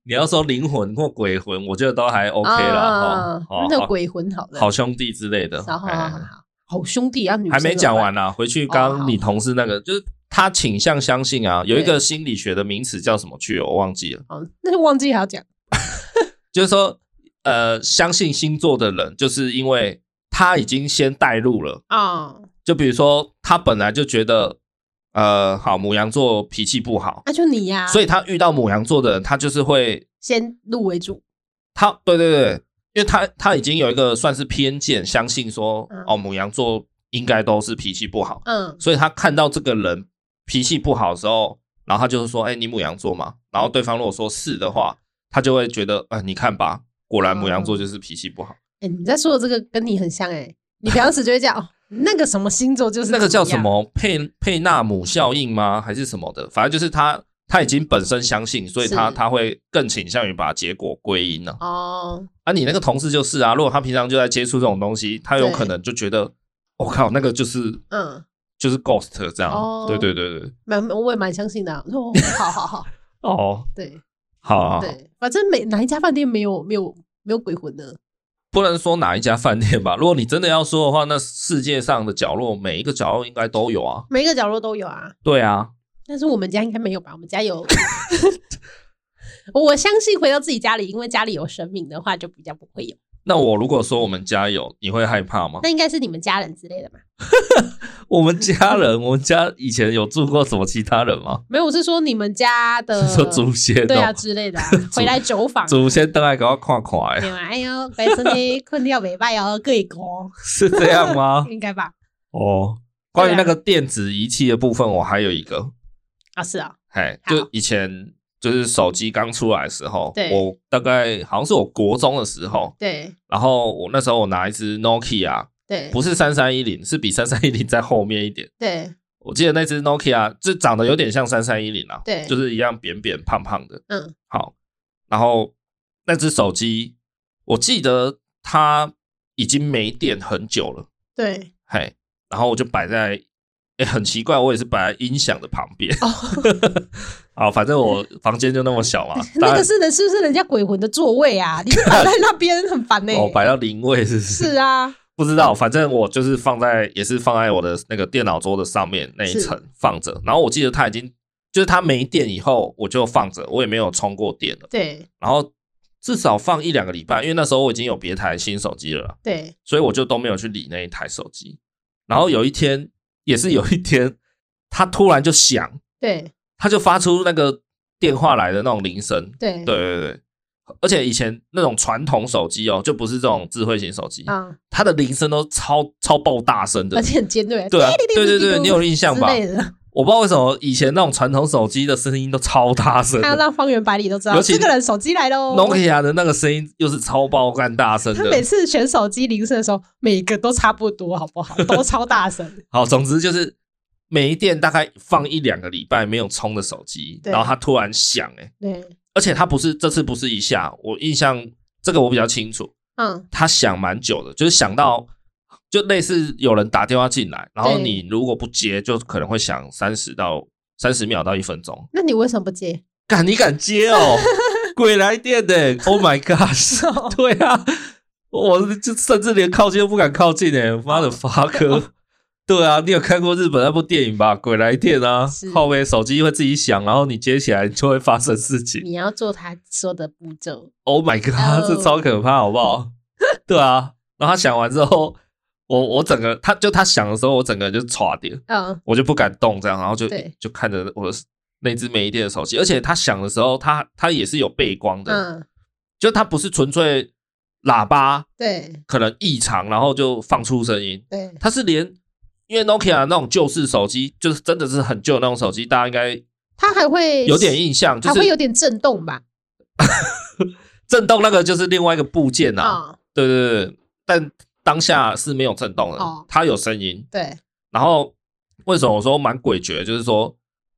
Speaker 1: 你要说灵魂或鬼魂，我觉得都还 OK 啦。哦，
Speaker 2: 啊那
Speaker 1: 好
Speaker 2: 鬼魂好了，
Speaker 1: 好兄弟之类的。
Speaker 2: 然后
Speaker 1: 哎
Speaker 2: 好好兄弟啊，女生
Speaker 1: 还没讲完
Speaker 2: 怎么
Speaker 1: 呢、回去
Speaker 2: 哦
Speaker 1: 刚
Speaker 2: 好
Speaker 1: 刚你同事那个，就是他倾向相信啊，有一个
Speaker 2: 对
Speaker 1: 心理学的名词叫什么去了，我忘记了。
Speaker 2: 办，好，那就忘记还要讲，
Speaker 1: 就是说，呃，相信星座的人，就是因为他已经先带入了。
Speaker 2: 啊、
Speaker 1: 就比如说，他本来就觉得，呃，好，母羊座脾气不好，
Speaker 2: 那就你呀、
Speaker 1: 所以他遇到母羊座的人，他就是会，
Speaker 2: 先入为主，
Speaker 1: 他对对对，因为他他已经有一个算是偏见，相信说
Speaker 2: 嗯，
Speaker 1: 哦，母羊座应该都是脾气不好。
Speaker 2: 嗯，
Speaker 1: 所以他看到这个人脾气不好的时候，然后他就是说：“哎、你母羊座嘛？”然后对方如果说是的话，他就会觉得：“哎、你看吧，果然母羊
Speaker 2: 哦
Speaker 1: 座就是脾气不好。
Speaker 2: 哎、你在说的这个跟你很像哎、你平常时就会讲哦，那个什么星座就是
Speaker 1: 那个叫
Speaker 2: 怎
Speaker 1: 什
Speaker 2: 样？
Speaker 1: 么佩佩纳姆效应吗？还是什么的？反正就是他他已经本身相信，所以他
Speaker 2: 是
Speaker 1: 他会更倾向于把结果归因了、啊。
Speaker 2: 哦，
Speaker 1: 你那个同事就是啊，如果他平常就在接触这种东西，他有
Speaker 2: 对
Speaker 1: 可能就觉得：“我、靠，那个就是
Speaker 2: 嗯，
Speaker 1: 就是 ghost 这样。
Speaker 2: 哦
Speaker 1: 对对对对，
Speaker 2: 蛮我也蛮相信的、啊，我 说哦，好好好，
Speaker 1: 哦，
Speaker 2: 对
Speaker 1: 好啊好
Speaker 2: 对，反正每哪一家饭店没有没有没有鬼魂呢？
Speaker 1: 不能说哪一家饭店吧。如 果你真的要说的话，那世界上的角落，每一个角落应该都有啊。
Speaker 2: 每一个角落都有啊，
Speaker 1: 对啊，
Speaker 2: 但是我们家应该没有吧？我们家 有。我相信回到自己家里，因为家里有神明的话，就比较不会有。
Speaker 1: 那我如果说我们家有，你会害怕吗
Speaker 2: 那？应该是你们家人之类的嘛？
Speaker 1: 我们家人，我们家以前有住过什么其他人吗？
Speaker 2: 没有，我是说你们家的
Speaker 1: 是说祖先
Speaker 2: 呃对啊
Speaker 1: 哦，
Speaker 2: 之类的、
Speaker 1: ，
Speaker 2: 啊
Speaker 1: 祖
Speaker 2: 回来走访、啊。
Speaker 1: 祖先都来给我看看
Speaker 2: 对
Speaker 1: 呀，
Speaker 2: 嘛？哎呦，白身体困掉没拜哦，各一个
Speaker 1: 是这样
Speaker 2: ？
Speaker 1: 吗
Speaker 2: 应该吧？
Speaker 1: 哦，关于
Speaker 2: 对啊
Speaker 1: 那个电子仪器的部分，我还有一个，
Speaker 2: 啊，是啊，
Speaker 1: 哎，
Speaker 2: 好
Speaker 1: 就以前就是手机刚出来的时候，
Speaker 2: 对
Speaker 1: 我大概好像是我国中的时候，
Speaker 2: 对
Speaker 1: 然后我那时候我拿一只 Nokia，
Speaker 2: 对
Speaker 1: 不是三三一零，是比三三一零在后面一点。
Speaker 2: 对，
Speaker 1: 我记得那只 Nokia 就长得有点像三三一零啊，
Speaker 2: 对
Speaker 1: 就是一样扁扁胖胖的。
Speaker 2: 嗯，
Speaker 1: 好，然后那只手机，我记得它已经没电很久了，
Speaker 2: 对
Speaker 1: 嘿，然后我就摆在，哎，很奇怪，我也是摆在音响的旁边。
Speaker 2: 哦，
Speaker 1: 好，反正我房间就那么小嘛，当
Speaker 2: 那
Speaker 1: 然
Speaker 2: 个是人是不是人家鬼魂的座位 啊？你摆在那边很烦呢、欸
Speaker 1: 我哦摆到零位是不是？
Speaker 2: 是啊，
Speaker 1: 不知道，反正我就是放在，也是放在我的那个电脑桌的上面那一层放着。然后我记得它已经，就是它没电以后，我就放着，我也没有充过电了。
Speaker 2: 对
Speaker 1: 然后至少放一两个礼拜，因为那时候我已经有别台新手机了，
Speaker 2: 对，
Speaker 1: 所以我就都没有去理那一台手机。然后有一天，也是有一天，它突然就响，
Speaker 2: 对
Speaker 1: 它就发出那个电话来的那种铃声。
Speaker 2: 对
Speaker 1: 对对对，而且以前那种传统手机哦，就不是这种智慧型手机
Speaker 2: 啊，
Speaker 1: 它的铃声都超超爆大声
Speaker 2: 而
Speaker 1: 的。
Speaker 2: 且很尖锐，
Speaker 1: 对啊
Speaker 2: 滴滴滴
Speaker 1: 对对
Speaker 2: 滴滴
Speaker 1: 对
Speaker 2: 嘟
Speaker 1: 你有印象吧
Speaker 2: 之类的，
Speaker 1: 我不知道为什么以前那种传统手机的声音都超大声
Speaker 2: 他要
Speaker 1: 的
Speaker 2: 让方圆百里都知
Speaker 1: 尤
Speaker 2: 道
Speaker 1: 其
Speaker 2: 这个人手机来喽。
Speaker 1: ，Nokia 的那个声音又是超爆干大声
Speaker 2: 他每
Speaker 1: 的。
Speaker 2: 次选手机铃声的时候，每个都差不多，好不好？都超大声。
Speaker 1: 好，总之就是没电，大概放一两个礼拜没有充的手机，
Speaker 2: 对
Speaker 1: 然后它突然响，哎，
Speaker 2: 对，
Speaker 1: 而且它不是这次不是一下，我印象这个我比较清楚，
Speaker 2: 嗯，
Speaker 1: 它响蛮久的，就是响到。就类似有人打电话进来，然后
Speaker 2: 对
Speaker 1: 你如果不接，就可能会响三十到三十秒到一分钟。
Speaker 2: 那你为什么不接？
Speaker 1: 敢你敢接 哦？鬼来电的、o h my gosh！对
Speaker 2: 哦
Speaker 1: 啊，我就甚至连靠近都不敢靠近哎、妈的发
Speaker 2: 哦
Speaker 1: 科！ 对啊，你有看过日本那部电影吧？鬼来电啊
Speaker 2: 是，
Speaker 1: 后面手机会自己响，然后你接起来就会发生事情。
Speaker 2: 你要做他说的步骤。
Speaker 1: Oh my god，、
Speaker 2: 哦
Speaker 1: 这超可怕，好不好？对啊，然后他想完之后，我我整个他就他想的时候，我整个就垮掉，
Speaker 2: 嗯，
Speaker 1: 我就不敢动，这样，然后就
Speaker 2: 对
Speaker 1: 就看着我的那只没电的手机，而且他响的时候，他他也是有背光的，
Speaker 2: 嗯，
Speaker 1: 就它不是纯粹喇叭
Speaker 2: 对
Speaker 1: 可能异常，然后就放出声音，
Speaker 2: 对，
Speaker 1: 它是连因为 Nokia 那种旧式手机，就是真的是很旧的那种手机，大家应该
Speaker 2: 它还会
Speaker 1: 有点印象，就
Speaker 2: 还会有
Speaker 1: 是
Speaker 2: 点震动吧？
Speaker 1: 震动那个就是另外一个部件呐、啊，
Speaker 2: 啊，
Speaker 1: 对对对，但当下是没有震动的
Speaker 2: 哦，
Speaker 1: 它有声音，
Speaker 2: 对，
Speaker 1: 然后为什么我说蛮诡谲的，就是说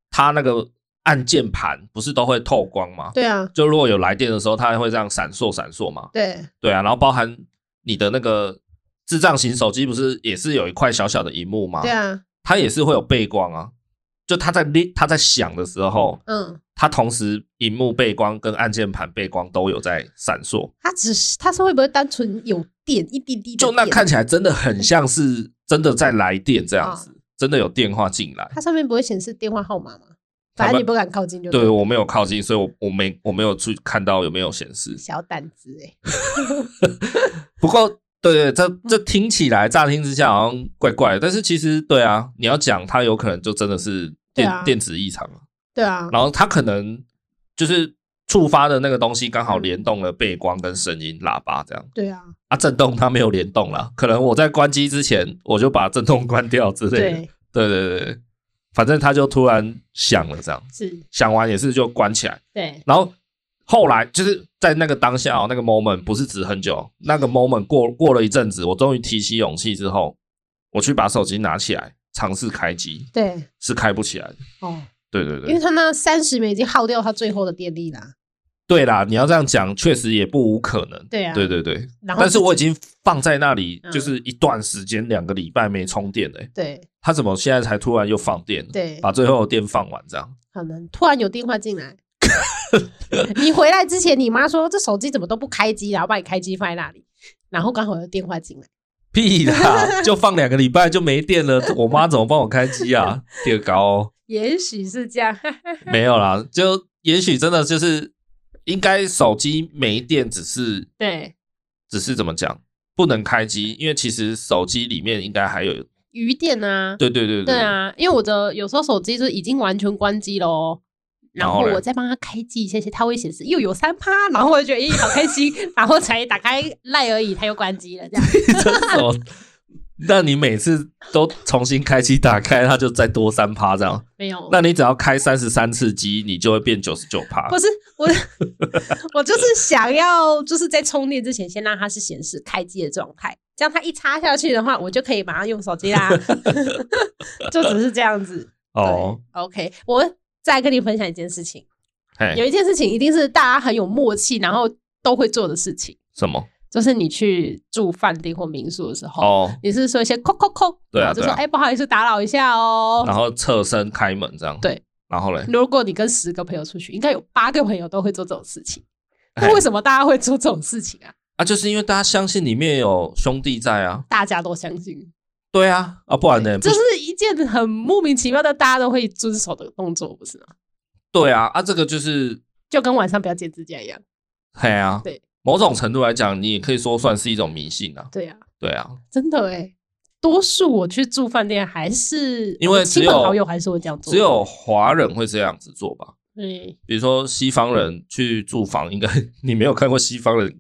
Speaker 1: 它那个按键盘不是都会透光吗？
Speaker 2: 对啊，
Speaker 1: 就如果有来电的时候，它会这样闪烁闪烁嘛，
Speaker 2: 对，
Speaker 1: 对啊，然后包含你的那个智障型手机，不是也是有一块小小的荧幕吗？
Speaker 2: 对，啊，
Speaker 1: 它也是会有背光啊。就它在拎它在响的时候，
Speaker 2: 嗯，
Speaker 1: 它同时荧幕背光跟按键盘背光都有在闪烁，
Speaker 2: 它只是它是会不会单纯有电一滴滴的
Speaker 1: 就那
Speaker 2: 电
Speaker 1: 看起来真的很像是真的在来电这样
Speaker 2: 嗯
Speaker 1: 子，真的有电话进来。
Speaker 2: 它上面不会显示电话号码吗？
Speaker 1: 它
Speaker 2: 反正
Speaker 1: 不
Speaker 2: 你不敢靠近就
Speaker 1: 对我没有靠近，所以我我没我没有去看到有没有显示。
Speaker 2: 小胆子哎、
Speaker 1: 不过，对对，这
Speaker 2: 嗯
Speaker 1: 这听起来乍听之下好像怪怪的，但是其实对啊，你要讲它有可能就真的是
Speaker 2: 对
Speaker 1: 电、
Speaker 2: 啊
Speaker 1: 电子异常了，
Speaker 2: 对啊，
Speaker 1: 然后它可能就是触发的那个东西刚
Speaker 2: 嗯
Speaker 1: 好联动了背光跟声音喇叭这样
Speaker 2: 对啊，
Speaker 1: 啊，震动它没有联动啦，可能我在关机之前我就把震动关掉之类的，对
Speaker 2: 对，
Speaker 1: 对对对，反正它就突然响了这样，
Speaker 2: 是，
Speaker 1: 响完也是就关起来。
Speaker 2: 对，
Speaker 1: 然后后来就是在那个当下、哦，那个 moment 不是指很久，那个 moment 过过了一阵子，我终于提起勇气之后，我去把手机拿起来尝试开机，
Speaker 2: 对，
Speaker 1: 是开不起来的。
Speaker 2: 哦，
Speaker 1: 对对
Speaker 2: 因为
Speaker 1: 对，
Speaker 2: 它那三十枚已经耗掉它最后的电力啦。
Speaker 1: 对啦，你要这样讲，确实也不无可能。
Speaker 2: 对啊
Speaker 1: 对对对，
Speaker 2: 然后
Speaker 1: 但是
Speaker 2: 自己
Speaker 1: 我已经放在那里，
Speaker 2: 嗯
Speaker 1: 就是一段时间，两个礼拜没充电嘞、欸。
Speaker 2: 对，
Speaker 1: 它怎么现在才突然又放电了？
Speaker 2: 对
Speaker 1: 把最后的电放完这样。
Speaker 2: 可能突然有电话进来。你回来之前，你妈说这手机怎么都不开机啊，然后把你开机放在那里，然后刚好有电话进来，
Speaker 1: 屁 啦！就放两个礼拜就没电了，我妈怎么帮我开机 啊？跌高、哦。
Speaker 2: 也许是这样。
Speaker 1: 没有啦，就也许真的就是应该手机没电，只是
Speaker 2: 对，
Speaker 1: 只是怎么讲，不能开机，因为其实手机里面应该还有，
Speaker 2: 余电啊，
Speaker 1: 对对对
Speaker 2: 对，啊，因为我的有时候手机就已经完全关机喽。然
Speaker 1: 然后
Speaker 2: 后
Speaker 1: 嘞
Speaker 2: 我再帮他开机一下，它会显示又有三趴，然后我就觉得咦，好开心， 然后才打开赖而已，它又关机了，这 样
Speaker 1: 这是什么？那你每次都重新开机打开，它就再多三趴这样，
Speaker 2: 没有。
Speaker 1: 那你只要开三十三次机，你就会变九十九趴
Speaker 2: 不。是 我，我就是想要，就是在充电之前，先让它是显示开机的状态，这样它一插下去的话，我就可以马上用手机 啦。 就只是这样子。
Speaker 1: 哦，
Speaker 2: 对，OK，我再跟你分享一件事情，有
Speaker 1: 嘿，
Speaker 2: 一件事情一定是大家很有默契，然后都会做的事情，
Speaker 1: 什么？
Speaker 2: 就是你去住饭店或民宿的时候，
Speaker 1: 哦，
Speaker 2: 你是说一些扣扣扣，
Speaker 1: 对啊
Speaker 2: 然后就说
Speaker 1: 对啊
Speaker 2: 哎、不好意思打扰一下哦。
Speaker 1: 然后侧身开门这样。
Speaker 2: 对，嗯
Speaker 1: 然后嘞，
Speaker 2: 如果你跟十个朋友出去，应该有八个朋友都会做这种事情。
Speaker 1: 嘿
Speaker 2: 那为什么大家会做这种事情啊？
Speaker 1: 啊，就是因为大家相信里面有兄弟在啊。
Speaker 2: 大家都相信，
Speaker 1: 对啊，啊，不然呢？
Speaker 2: 这是一件很莫名其妙的，大家都会遵守的动作，不是吗？
Speaker 1: 对啊，啊，这个就是
Speaker 2: 就跟晚上不要剪指甲一样。
Speaker 1: 嘿啊，
Speaker 2: 对，
Speaker 1: 某种程度来讲，你也可以说算是一种迷信啊。
Speaker 2: 对啊，
Speaker 1: 对啊，
Speaker 2: 真的哎，多数我去住饭店还哦是
Speaker 1: 因为
Speaker 2: 我亲
Speaker 1: 只
Speaker 2: 朋
Speaker 1: 有
Speaker 2: 好友还是会这样做，嗯
Speaker 1: 只有华人会这样子做吧。
Speaker 2: 对
Speaker 1: 比如说西方人去住房，应该 你没有看过西方人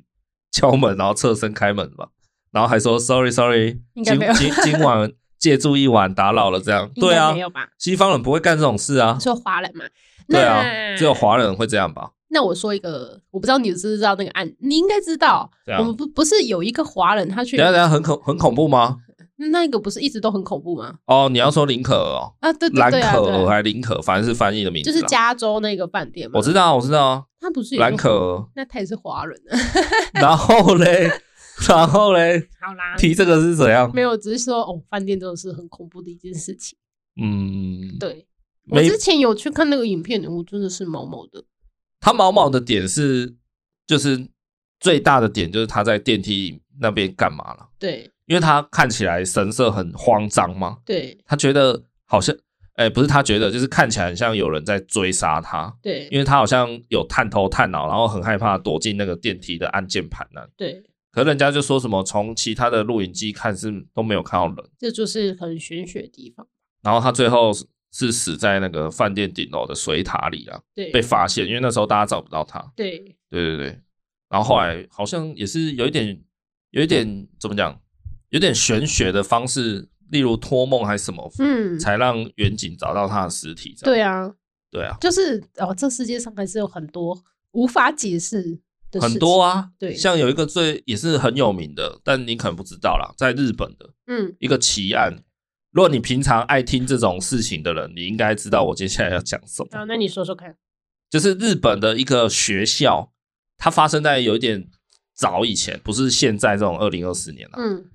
Speaker 1: 敲门然后侧身开门吧？然后还说 sorry sorry，
Speaker 2: 应该
Speaker 1: 今
Speaker 2: 没有
Speaker 1: 今今晚借住一晚打扰了这样。
Speaker 2: 应该
Speaker 1: 对啊
Speaker 2: 没，有吧？
Speaker 1: 西方人不会干这种事啊。
Speaker 2: 说华人嘛，
Speaker 1: 对
Speaker 2: 那
Speaker 1: 啊，只有华人会这样吧？
Speaker 2: 那我说一个，我不知道你知不知道那个案，你应该知道。
Speaker 1: 这样
Speaker 2: 我们不不是有一个华人，他去
Speaker 1: 等一下等一下很恐很恐怖吗？
Speaker 2: 那个不是一直都很恐怖吗？
Speaker 1: 哦，你要说林可儿哦，
Speaker 2: 啊， 对对
Speaker 1: 兰
Speaker 2: 对啊，
Speaker 1: 可儿
Speaker 2: 对啊
Speaker 1: 还是林可，反正是翻译的名字
Speaker 2: 就
Speaker 1: 啦。
Speaker 2: 是加州那个饭店嘛，
Speaker 1: 我知道我知道啊，
Speaker 2: 他不是有一个
Speaker 1: 兰可儿。
Speaker 2: 那他也是华人啊。
Speaker 1: 然后 嘞，然后嘞，
Speaker 2: 好啦，
Speaker 1: 提这个是怎样？
Speaker 2: 没有，只是说哦，饭店真的是很恐怖的一件事情。
Speaker 1: 嗯，
Speaker 2: 对我
Speaker 1: 没
Speaker 2: 之前有去看那个影片，我真的是毛毛的。
Speaker 1: 他毛毛的点是，就是最大的点就是他在电梯那边干嘛了？
Speaker 2: 对
Speaker 1: 因为他看起来神色很慌张嘛，
Speaker 2: 对
Speaker 1: 他觉得好像，哎、不是他觉得，就是看起来很像有人在追杀他，
Speaker 2: 对
Speaker 1: 因为他好像有探头探脑，然后很害怕躲进那个电梯的按键盘那里。啊
Speaker 2: 对，
Speaker 1: 可人家就说什么从其他的录影机看是都没有看到人，
Speaker 2: 这就是很玄学的地方。
Speaker 1: 然后他最后是是死在那个饭店顶楼的水塔里啊，
Speaker 2: 对
Speaker 1: 被发现，因为那时候大家找不到他。
Speaker 2: 对，
Speaker 1: 对对对，然后后来好像也是有一点，有一点怎么讲，有点玄学的方式，例如托梦还是什么，
Speaker 2: 嗯，
Speaker 1: 才让远景找到他的尸体。这样
Speaker 2: 对啊，
Speaker 1: 对啊，
Speaker 2: 就是哦，这世界上还是有很多无法解释的
Speaker 1: 很多
Speaker 2: 啊，
Speaker 1: 啊，
Speaker 2: 对
Speaker 1: 像有一个最也是很有名的，但你可能不知道啦，在日本的
Speaker 2: 嗯，
Speaker 1: 一个奇案。如果你平常爱听这种事情的人，你应该知道我接下来要讲什么。
Speaker 2: 啊，那你说说看，
Speaker 1: 就是日本的一个学校，它发生在有一点早以前，不是现在这种二零二四年了、
Speaker 2: 嗯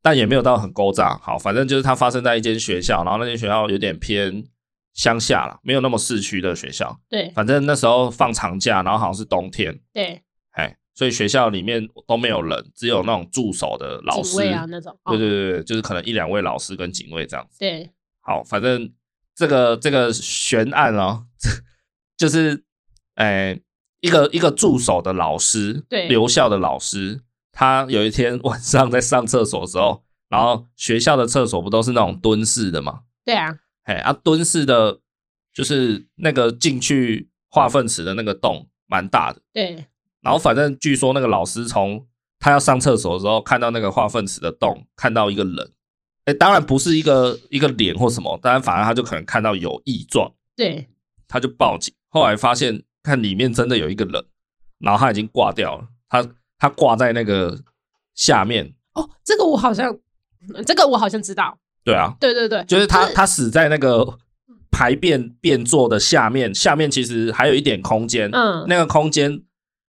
Speaker 1: 但也没有到很勾炸。好，反正就是它发生在一间学校，然后那间学校有点偏乡下了，没有那么市区的学校。
Speaker 2: 对
Speaker 1: 反正那时候放长假，然后好像是冬天，
Speaker 2: 对，
Speaker 1: 哎，所以学校里面都没有人，只有那种驻守的老
Speaker 2: 警
Speaker 1: 师。
Speaker 2: 卫啊那种，
Speaker 1: 对
Speaker 2: 哦
Speaker 1: 对对对，就是可能一两位老师跟警卫这样子。
Speaker 2: 对，
Speaker 1: 好，反正这个这个悬案哦，就是，哎、一个一个驻守的老师，
Speaker 2: 对
Speaker 1: 留校的老师，他有一天晚上在上厕所的时候，然后学校的厕所不都是那种蹲式的嘛？
Speaker 2: 对啊，
Speaker 1: 哎，啊，蹲式的就是那个进去化粪池的那个洞蛮大的，
Speaker 2: 对
Speaker 1: 然后反正据说那个老师从他要上厕所的时候，看到那个化粪池的洞，看到一个人，哎，当然不是一个一个脸或什么，当然反而他就可能看到有异状，
Speaker 2: 对，
Speaker 1: 他就报警。后来发现看里面真的有一个人，然后他已经挂掉了，他他挂在那个下面，
Speaker 2: 哦，这个我好像，嗯这个我好像知道，
Speaker 1: 对啊，
Speaker 2: 对对对，
Speaker 1: 就是他他死在那个排便便座的下面，下面其实还有一点空间，
Speaker 2: 嗯，
Speaker 1: 那个空间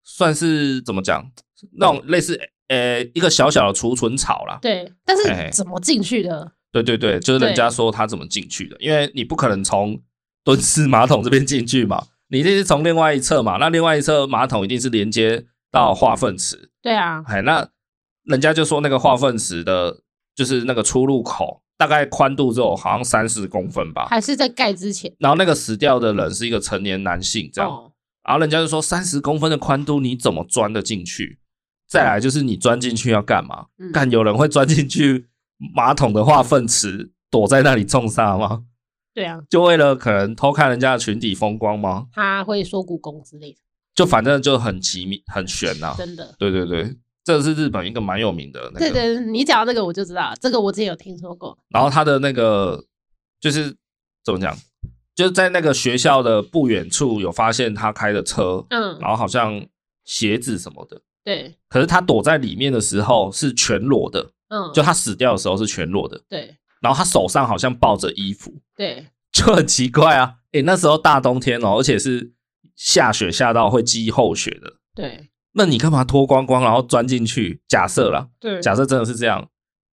Speaker 1: 算是怎么讲？那种类似呃一个小小的储存槽啦。
Speaker 2: 对，但
Speaker 1: 哎
Speaker 2: 是怎么进去的？
Speaker 1: 对对对，就是人家说他怎么进去的，因为你不可能从蹲式马桶这边进去嘛，你一定是从另外一侧嘛。那另外一侧马桶一定是连接到化粪池，
Speaker 2: 对啊，
Speaker 1: 哎，那人家就说那个化粪池的，就是那个出入口大概宽度只有好像三十公分吧。
Speaker 2: 还是在盖之前，
Speaker 1: 然后那个死掉的人是一个成年男性，这样，
Speaker 2: 哦，
Speaker 1: 然后人家就说三十公分的宽度你怎么钻得进去？再来就是你钻进去要干嘛？
Speaker 2: 嗯
Speaker 1: 干有人会钻进去马桶的化粪池躲在那里种沙吗？
Speaker 2: 对啊，
Speaker 1: 就为了可能偷看人家的群体风光吗？
Speaker 2: 他会说故宫之类的，
Speaker 1: 就反正就很奇妙很悬呐、
Speaker 2: 真的。
Speaker 1: 对对对，这是日本一个蛮有名的那个。
Speaker 2: 对对，你讲到那个我就知道，这个我之前有听说过。
Speaker 1: 然后他的那个就是怎么讲，就是在那个学校的不远处有发现他开的车，
Speaker 2: 嗯，
Speaker 1: 然后好像鞋子什么的。
Speaker 2: 对，
Speaker 1: 可是他躲在里面的时候是全裸的，
Speaker 2: 嗯，
Speaker 1: 就他死掉的时候是全裸的，
Speaker 2: 对
Speaker 1: 然后他手上好像抱着衣服，
Speaker 2: 对
Speaker 1: 就很奇怪啊！诶、那时候大冬天哦，而且是下雪下到会积厚雪的，
Speaker 2: 对
Speaker 1: 那你干嘛脱光光然后钻进去？假设啦，
Speaker 2: 对，
Speaker 1: 假设真的是这样，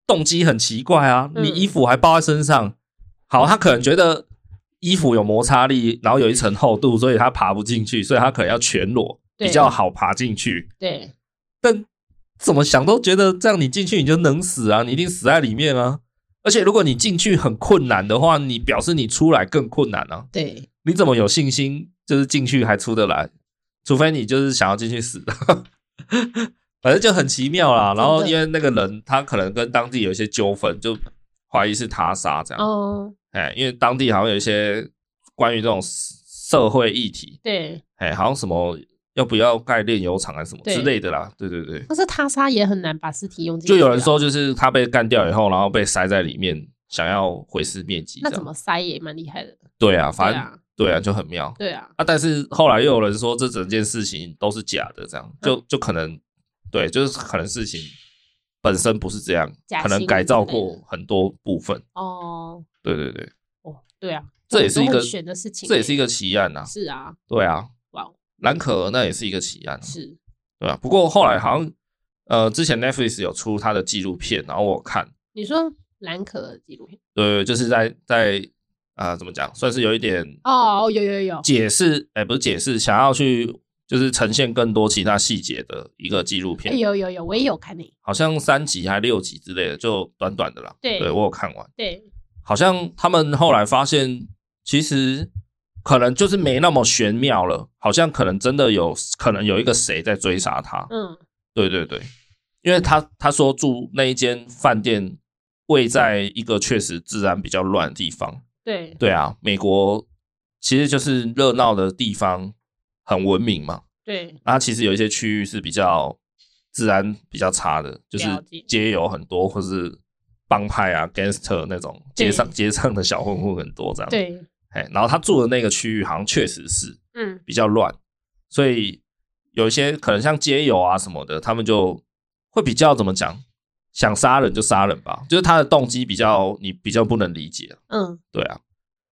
Speaker 1: 动机很奇怪啊！
Speaker 2: 嗯
Speaker 1: 你衣服还抱在身上，好，他可能觉得衣服有摩擦力，然后有一层厚度，所以他爬不进去，所以他可能要全裸
Speaker 2: 对
Speaker 1: 比较好爬进去。
Speaker 2: 对
Speaker 1: 但怎么想都觉得这样你进去你就能死啊，你一定死在里面啊。而且如果你进去很困难的话，你表示你出来更困难啊。
Speaker 2: 对，
Speaker 1: 你怎么有信心就是进去还出得来？除非你就是想要进去死， 反正就很奇妙啦。然后因为那个人他可能跟当地有一些纠纷，就怀疑是他杀这样。
Speaker 2: 哦，
Speaker 1: 哎，因为当地好像有一些关于这种社会议题，
Speaker 2: 对，
Speaker 1: 哎，好像什么要不要盖炼油厂还是什么之类的啦。对对对。
Speaker 2: 但是他杀也很难把尸体用进去、啊
Speaker 1: 就有人，说，就是他被干掉以后，然后被塞在里面，想要毁尸灭迹。
Speaker 2: 那怎？么塞也蛮厉害的。
Speaker 1: 对啊，
Speaker 2: 对
Speaker 1: 反正
Speaker 2: 啊，
Speaker 1: 对啊，就很妙
Speaker 2: 对啊，
Speaker 1: 啊。但是后来又有人说，这整件事情都是假的，这样
Speaker 2: 嗯
Speaker 1: 就就可能对，就是可能事情本身不是这样
Speaker 2: 假，
Speaker 1: 可能
Speaker 2: 新闻
Speaker 1: 改造
Speaker 2: 之类的
Speaker 1: 过很多部分。
Speaker 2: 哦，
Speaker 1: 对对对，
Speaker 2: 哦，对啊，
Speaker 1: 这也是一个
Speaker 2: 选的事情，欸
Speaker 1: 这也是一个奇案呐。
Speaker 2: 是啊，
Speaker 1: 对啊，
Speaker 2: 哇哦，
Speaker 1: 蓝可儿那也是一个奇案啊，
Speaker 2: 是，
Speaker 1: 对啊。不过后来好像呃，之前 Netflix 有出他的纪录片，然后我看，
Speaker 2: 你说蓝可儿纪录片？
Speaker 1: 对，就是在在啊、呃怎么讲，算是有一点
Speaker 2: 哦，有有有，
Speaker 1: 解释，哎、不是解释，想要去就是呈现更多其他细节的一个纪录
Speaker 2: 哎
Speaker 1: 片，
Speaker 2: 有有有，我也有看你，
Speaker 1: 好像三集还六集之类的，就短短的啦。
Speaker 2: 对
Speaker 1: 我有看完，
Speaker 2: 对
Speaker 1: 好像他们后来发现，其实可能就是没那么玄妙了，好像可能真的有可能有一个谁在追杀他。
Speaker 2: 嗯，
Speaker 1: 对对对，因为他他说住那一间饭店位在一个确实治安比较乱的地方。
Speaker 2: 对
Speaker 1: 对啊，美国其实就是热闹的地方，很文明嘛。
Speaker 2: 对
Speaker 1: 那其实有一些区域是比较治安比较差的，就是
Speaker 2: 了解
Speaker 1: 街有很多，或是帮派啊、gangster 那种
Speaker 2: 对
Speaker 1: 街上街上的小混混很多这样。，
Speaker 2: 对，
Speaker 1: 哎，然后他住的那个区域好像确实是
Speaker 2: 嗯，
Speaker 1: 比较乱，所以有一些可能像街友啊什么的，他们就会比较怎么讲，想杀人就杀人吧，就是他的动机比较你比较不能理解。
Speaker 2: 嗯，
Speaker 1: 对啊，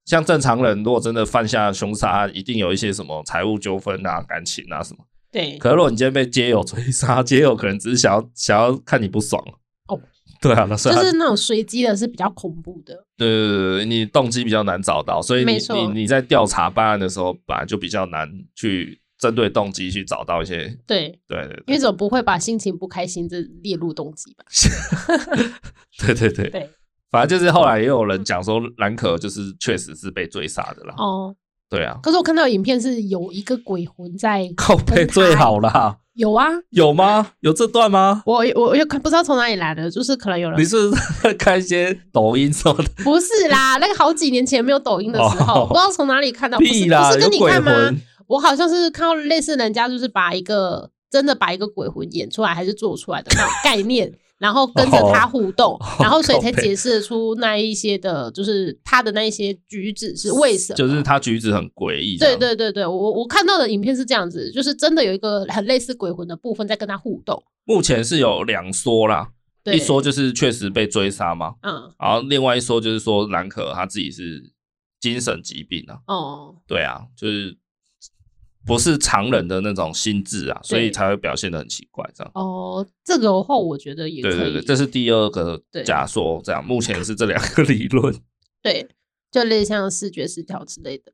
Speaker 1: 像正常人如果真的犯下凶杀案，一定有一些什么财务纠纷啊、感情啊什么。
Speaker 2: 对，
Speaker 1: 可是如果你今天被街友追杀，街友可能只是想要想要看你不爽
Speaker 2: 哦。
Speaker 1: 对啊，那所
Speaker 2: 就
Speaker 1: 以他
Speaker 2: 是那种随机的，是比较恐怖的。
Speaker 1: 对对对对，你动机比较难找到，所以你
Speaker 2: 没错
Speaker 1: 你你在调查办案的时候，本来就比较难去针对动机去找到一些。
Speaker 2: 对，
Speaker 1: 对对
Speaker 2: 因
Speaker 1: 对
Speaker 2: 为总不会把心情不开心这列入动机吧？
Speaker 1: 对对对，
Speaker 2: 对，嗯
Speaker 1: 反正就是后来也有人讲说，兰可就是确实是被追杀的啦。
Speaker 2: 哦。
Speaker 1: 对啊，
Speaker 2: 可是我看到影片是有一个鬼魂在，
Speaker 1: 靠背最好啦，
Speaker 2: 有啊，
Speaker 1: 有吗？有这段吗？
Speaker 2: 我我又看不知道从哪里来的，就是可能有人
Speaker 1: 你是不是在看一些抖音什么的？
Speaker 2: 不是啦，那个好几年前没有抖音的时候，
Speaker 1: 哦
Speaker 2: 不知道从哪里看到，不是
Speaker 1: 屁啦，
Speaker 2: 不是
Speaker 1: 有
Speaker 2: 跟你
Speaker 1: 鬼
Speaker 2: 看吗？
Speaker 1: 魂！
Speaker 2: 我好像是看到类似人家就是把一个真的把一个鬼魂演出来还是做出来的 那种概念，然后跟着
Speaker 1: 哦
Speaker 2: 他互动，然后所以才解释出那一些的，就是他的那一些举止是为什么。
Speaker 1: 就是他举止很诡异。
Speaker 2: 对，对对对，我我看到的影片是这样子，就是真的有一个很类似鬼魂的部分在跟他互动。
Speaker 1: 目前是有两说啦，
Speaker 2: 对，
Speaker 1: 一说就是确实被追杀嘛，
Speaker 2: 嗯
Speaker 1: 然后另外一说就是说兰可他自己是精神疾病啊，
Speaker 2: 哦，
Speaker 1: 对啊，就是不是常人的那种心智啊，所以才会表现的很奇怪这样。
Speaker 2: 哦，这个的话我觉得也可
Speaker 1: 对
Speaker 2: 以。
Speaker 1: 对对，这是第二个
Speaker 2: 对
Speaker 1: 假说，这样目前是这两个 理论，
Speaker 2: 对，就类似像视觉失调之类的，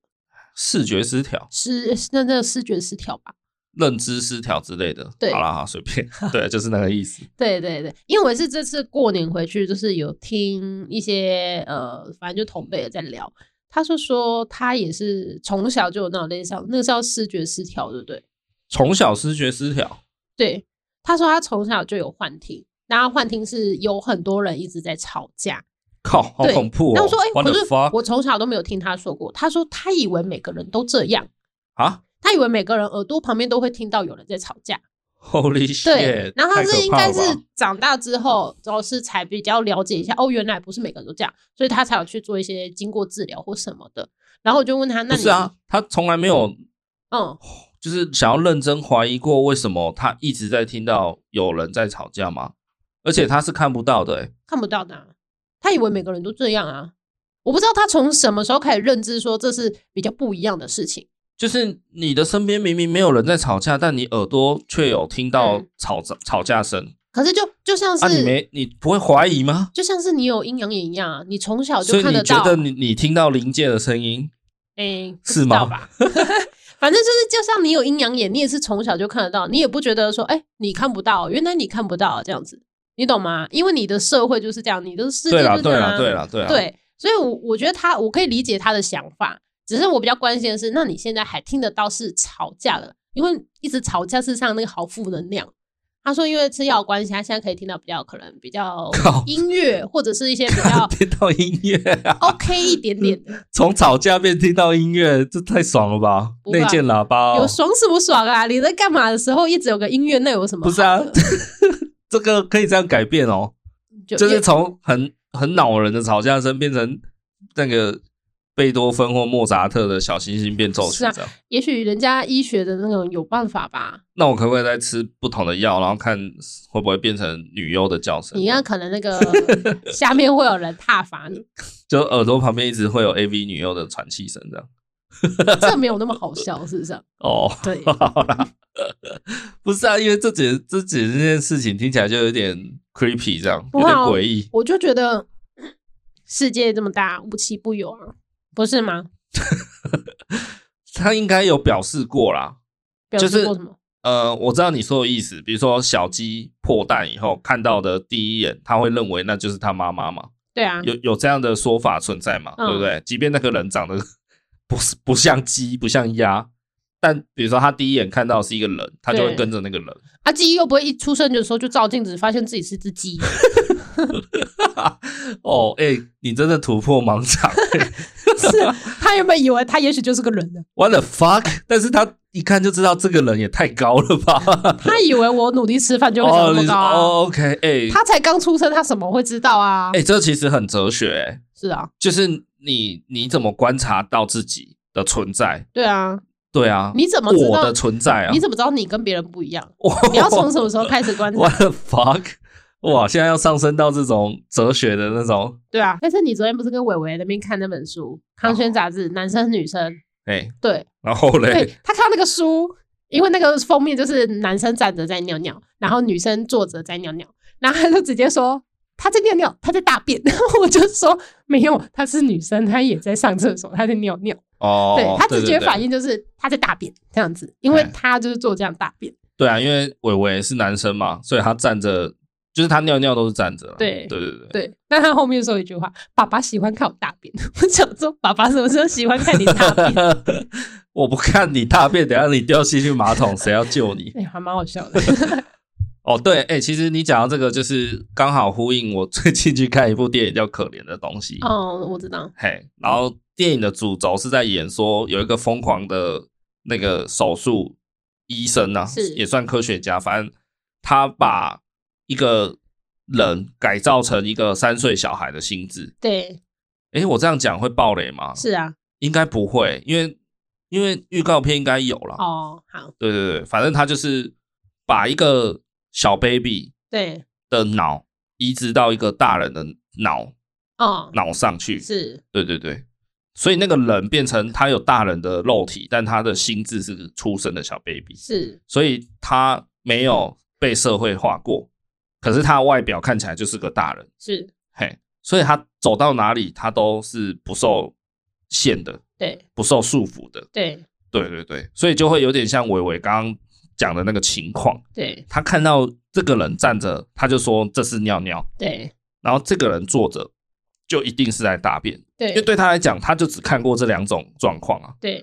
Speaker 1: 视觉失调、
Speaker 2: 失那那个视觉失调吧。
Speaker 1: 认知失调之类的。
Speaker 2: 对
Speaker 1: 好啦，好随便，对，就是那个意思。
Speaker 2: 对对对，因为我是这次过年回去，就是有听一些呃，反正就同辈的在聊，他是说他也是从小就有那种类似像那个叫视觉失调，对不对？
Speaker 1: 从小视觉失调，
Speaker 2: 对，他说他从小就有幻听，然后幻听是有很多人一直在吵架，
Speaker 1: 靠，好
Speaker 2: 对
Speaker 1: 恐怖哦！
Speaker 2: 那我说哎、
Speaker 1: What
Speaker 2: 可
Speaker 1: the
Speaker 2: 是
Speaker 1: fuck？
Speaker 2: 我从小都没有听他说过，他说他以为每个人都这样，
Speaker 1: 啊
Speaker 2: 他以为每个人耳朵旁边都会听到有人在吵架。
Speaker 1: ，Holy
Speaker 2: 对
Speaker 1: shit！，
Speaker 2: 然后
Speaker 1: 太
Speaker 2: 他
Speaker 1: 可
Speaker 2: 是应
Speaker 1: 怕
Speaker 2: 该
Speaker 1: 了
Speaker 2: 是
Speaker 1: 吧
Speaker 2: 长大之后，然后是才比较了解一下，哦，原来不是每个人都这样，所以他才有去做一些经过治疗或什么的。然后我就问他，那
Speaker 1: 不
Speaker 2: 你
Speaker 1: 是啊？他从来没有
Speaker 2: 嗯，
Speaker 1: 就是想要认真怀疑过，为什么他一直在听到有人在吵架吗？而且他是看不到的、欸，
Speaker 2: 看不到的啊、他以为每个人都这样啊。我不知道他从什么时候开始认知说这是比较不一样的事情。
Speaker 1: 就是你的身边明明没有人在吵架，但你耳朵却有听到
Speaker 2: 嗯
Speaker 1: 吵吵吵架声，
Speaker 2: 可是就就像是、
Speaker 1: 啊，你没你不会怀疑吗？
Speaker 2: 就像是你有阴阳眼一样啊，你从小
Speaker 1: 所
Speaker 2: 就
Speaker 1: 以
Speaker 2: 看
Speaker 1: 你
Speaker 2: 得
Speaker 1: 觉
Speaker 2: 到。
Speaker 1: 得你你听到临界的声音，
Speaker 2: 诶，哎不
Speaker 1: 是
Speaker 2: 知
Speaker 1: 吗
Speaker 2: 道吧？ 反正就是，就像你有阴阳眼，你也是从小就看得到，你也不觉得说，哎、你看不到，原来你看不到这样子，你懂吗？因为你的社会就是这样，你的世界
Speaker 1: 对啦
Speaker 2: 就是这
Speaker 1: 对
Speaker 2: 样、
Speaker 1: 啦
Speaker 2: 啊，
Speaker 1: 对啦对啦，
Speaker 2: 对所以我，我觉得他，我可以理解他的想法，只是我比较关心的是，那你现在还听得到是吵架了，因为一直吵架是上那个好负能量。他说，因为吃药的关系，他现在可以听到比较可能比较
Speaker 1: 靠
Speaker 2: 音乐或者是一些比 较
Speaker 1: 听到音乐、啊，
Speaker 2: OK 一点点的。
Speaker 1: 从吵架变听到音乐，这太爽了吧？
Speaker 2: 不吧
Speaker 1: 内建喇叭、哦，
Speaker 2: 有爽什么爽啊？你在干嘛的时候一直有个音乐，那有什么好
Speaker 1: 不
Speaker 2: 的？
Speaker 1: 是啊， 这个可以这样改变哦，
Speaker 2: 就
Speaker 1: 就是从很很恼人的吵架声变成那个贝多芬或莫扎特的小星星变奏曲
Speaker 2: 是啊
Speaker 1: 这样。
Speaker 2: 也许人家医学的那种有办法吧。
Speaker 1: 那我可不可以再吃不同的药，然后看会不会变成女优的叫声？
Speaker 2: 你看，可能 那个下面会有人踏伐你，
Speaker 1: 就耳朵旁边一直会有 A V 女优的喘气声这样。
Speaker 2: 这没有那么好笑，是 不是？
Speaker 1: 哦，
Speaker 2: 对
Speaker 1: 好啦， 不是啊，因为这简这简这件事情听起来就有点 creepy，这样
Speaker 2: 不
Speaker 1: 有
Speaker 2: 会
Speaker 1: 点
Speaker 2: 啊
Speaker 1: 诡异。
Speaker 2: 我就觉得世界这么大，无奇不有啊，不是吗？
Speaker 1: 他应该有表示过啦，
Speaker 2: 表
Speaker 1: 就是
Speaker 2: 示过什么？
Speaker 1: 呃，我知道你说的意思，比如说小鸡破蛋以后看到的第一眼，他会认为那就是他妈妈嘛，
Speaker 2: 对啊，
Speaker 1: 有有这样的说法存在嘛，
Speaker 2: 嗯
Speaker 1: 对不对？即便那个人长得不是不像鸡，不像鸭，但比如说他第一眼看到是一个人，他就会
Speaker 2: 对
Speaker 1: 跟着那个人。
Speaker 2: 啊，鸡又不会一出生的时候就照镜子，发现自己是 只鸡。
Speaker 1: 哦，哎、你真的突破盲场、
Speaker 2: 是他原本以为他也许就是个人呢，
Speaker 1: What the fuck！但是他一看就知道这个人也太高了吧？
Speaker 2: 他以为我努力吃饭就会
Speaker 1: 哦，
Speaker 2: 长那
Speaker 1: 你
Speaker 2: 么
Speaker 1: 说
Speaker 2: 高啊、
Speaker 1: 哦，OK，哎、
Speaker 2: 他才刚出生，他怎么会知道啊？
Speaker 1: 哎、这其实很哲学、哎
Speaker 2: 是啊，
Speaker 1: 就是你你怎么观察到自己的存在？
Speaker 2: 对啊，
Speaker 1: 对啊，
Speaker 2: 你怎么知
Speaker 1: 我
Speaker 2: 道
Speaker 1: 的？存在啊？
Speaker 2: 你怎么知道你跟别人不一样？
Speaker 1: 哇
Speaker 2: 你要从什么时候开始观察？
Speaker 1: What the fuck！哇，现在要上升到这种哲学的那种，
Speaker 2: 对啊，但是你昨天不是跟伟伟那边看那本书《康轩杂志》，男生女生，
Speaker 1: 哎、
Speaker 2: 对
Speaker 1: 然后
Speaker 2: 对
Speaker 1: 嘞，，
Speaker 2: 他看那个书，因为那个封面就是男生站着在尿尿，然后女生坐着在尿尿，然后他就直接说。他在尿尿，他在大便， 然后我就说没有，她是女生，她也在上厕所，她在尿尿。
Speaker 1: 哦，
Speaker 2: 对他直觉反
Speaker 1: 应，
Speaker 2: 应就是他在大便这样子，因为
Speaker 1: 哎
Speaker 2: 他就是做这样大便。
Speaker 1: 对啊，因为伟伟是男生嘛，所以他站着，就是他尿尿都是站着啦，啊
Speaker 2: 对
Speaker 1: 对对对，
Speaker 2: 对，但他后面说一句话：“爸爸喜欢看我大便。” 我想说，爸爸什么时候喜欢看你大便？
Speaker 1: 我不看你大便，等一下你掉进去马桶，谁要救你？
Speaker 2: 哎、还蛮好笑的。
Speaker 1: 哦，对，哎、其实你讲到这个，就是刚好呼应我最近去看一部电影叫《可怜的东西》，
Speaker 2: 哦，我知道，
Speaker 1: 嘿，然
Speaker 2: 嗯
Speaker 1: 后电影的主轴是在演说有一个疯狂的那个手术医生啊，
Speaker 2: 是
Speaker 1: 也算科学家，反正他把一个人改造成一个三岁小孩的心智。
Speaker 2: 对，
Speaker 1: 哎、我这样讲会爆雷吗？
Speaker 2: 是啊，
Speaker 1: 应该不会，因为因为预告片应该有了。
Speaker 2: 哦，好，
Speaker 1: 对对对，反正他就是把一个小 baby
Speaker 2: 对，
Speaker 1: 的脑移植到一个大人的脑
Speaker 2: 哦，
Speaker 1: 脑上去。
Speaker 2: 是，
Speaker 1: 对对对，所以那个人变成他有大人的肉体，但他的心智是出生的小 baby，
Speaker 2: 是，
Speaker 1: 所以他没有被社会化过，可是他外表看起来就是个大人，
Speaker 2: 是，
Speaker 1: 嘿，所以他走到哪里他都是不受限的，
Speaker 2: 对，
Speaker 1: 不受束缚的。
Speaker 2: 对，
Speaker 1: 对对对，所以就会有点像伟伟刚刚讲的那个情况，
Speaker 2: 对，
Speaker 1: 他看到这个人站着，他就说这是尿尿，
Speaker 2: 对，
Speaker 1: 然后这个人坐着，就一定是在大便，因为
Speaker 2: 对，
Speaker 1: 对他来讲，他就只看过这两种状况啊，
Speaker 2: 对，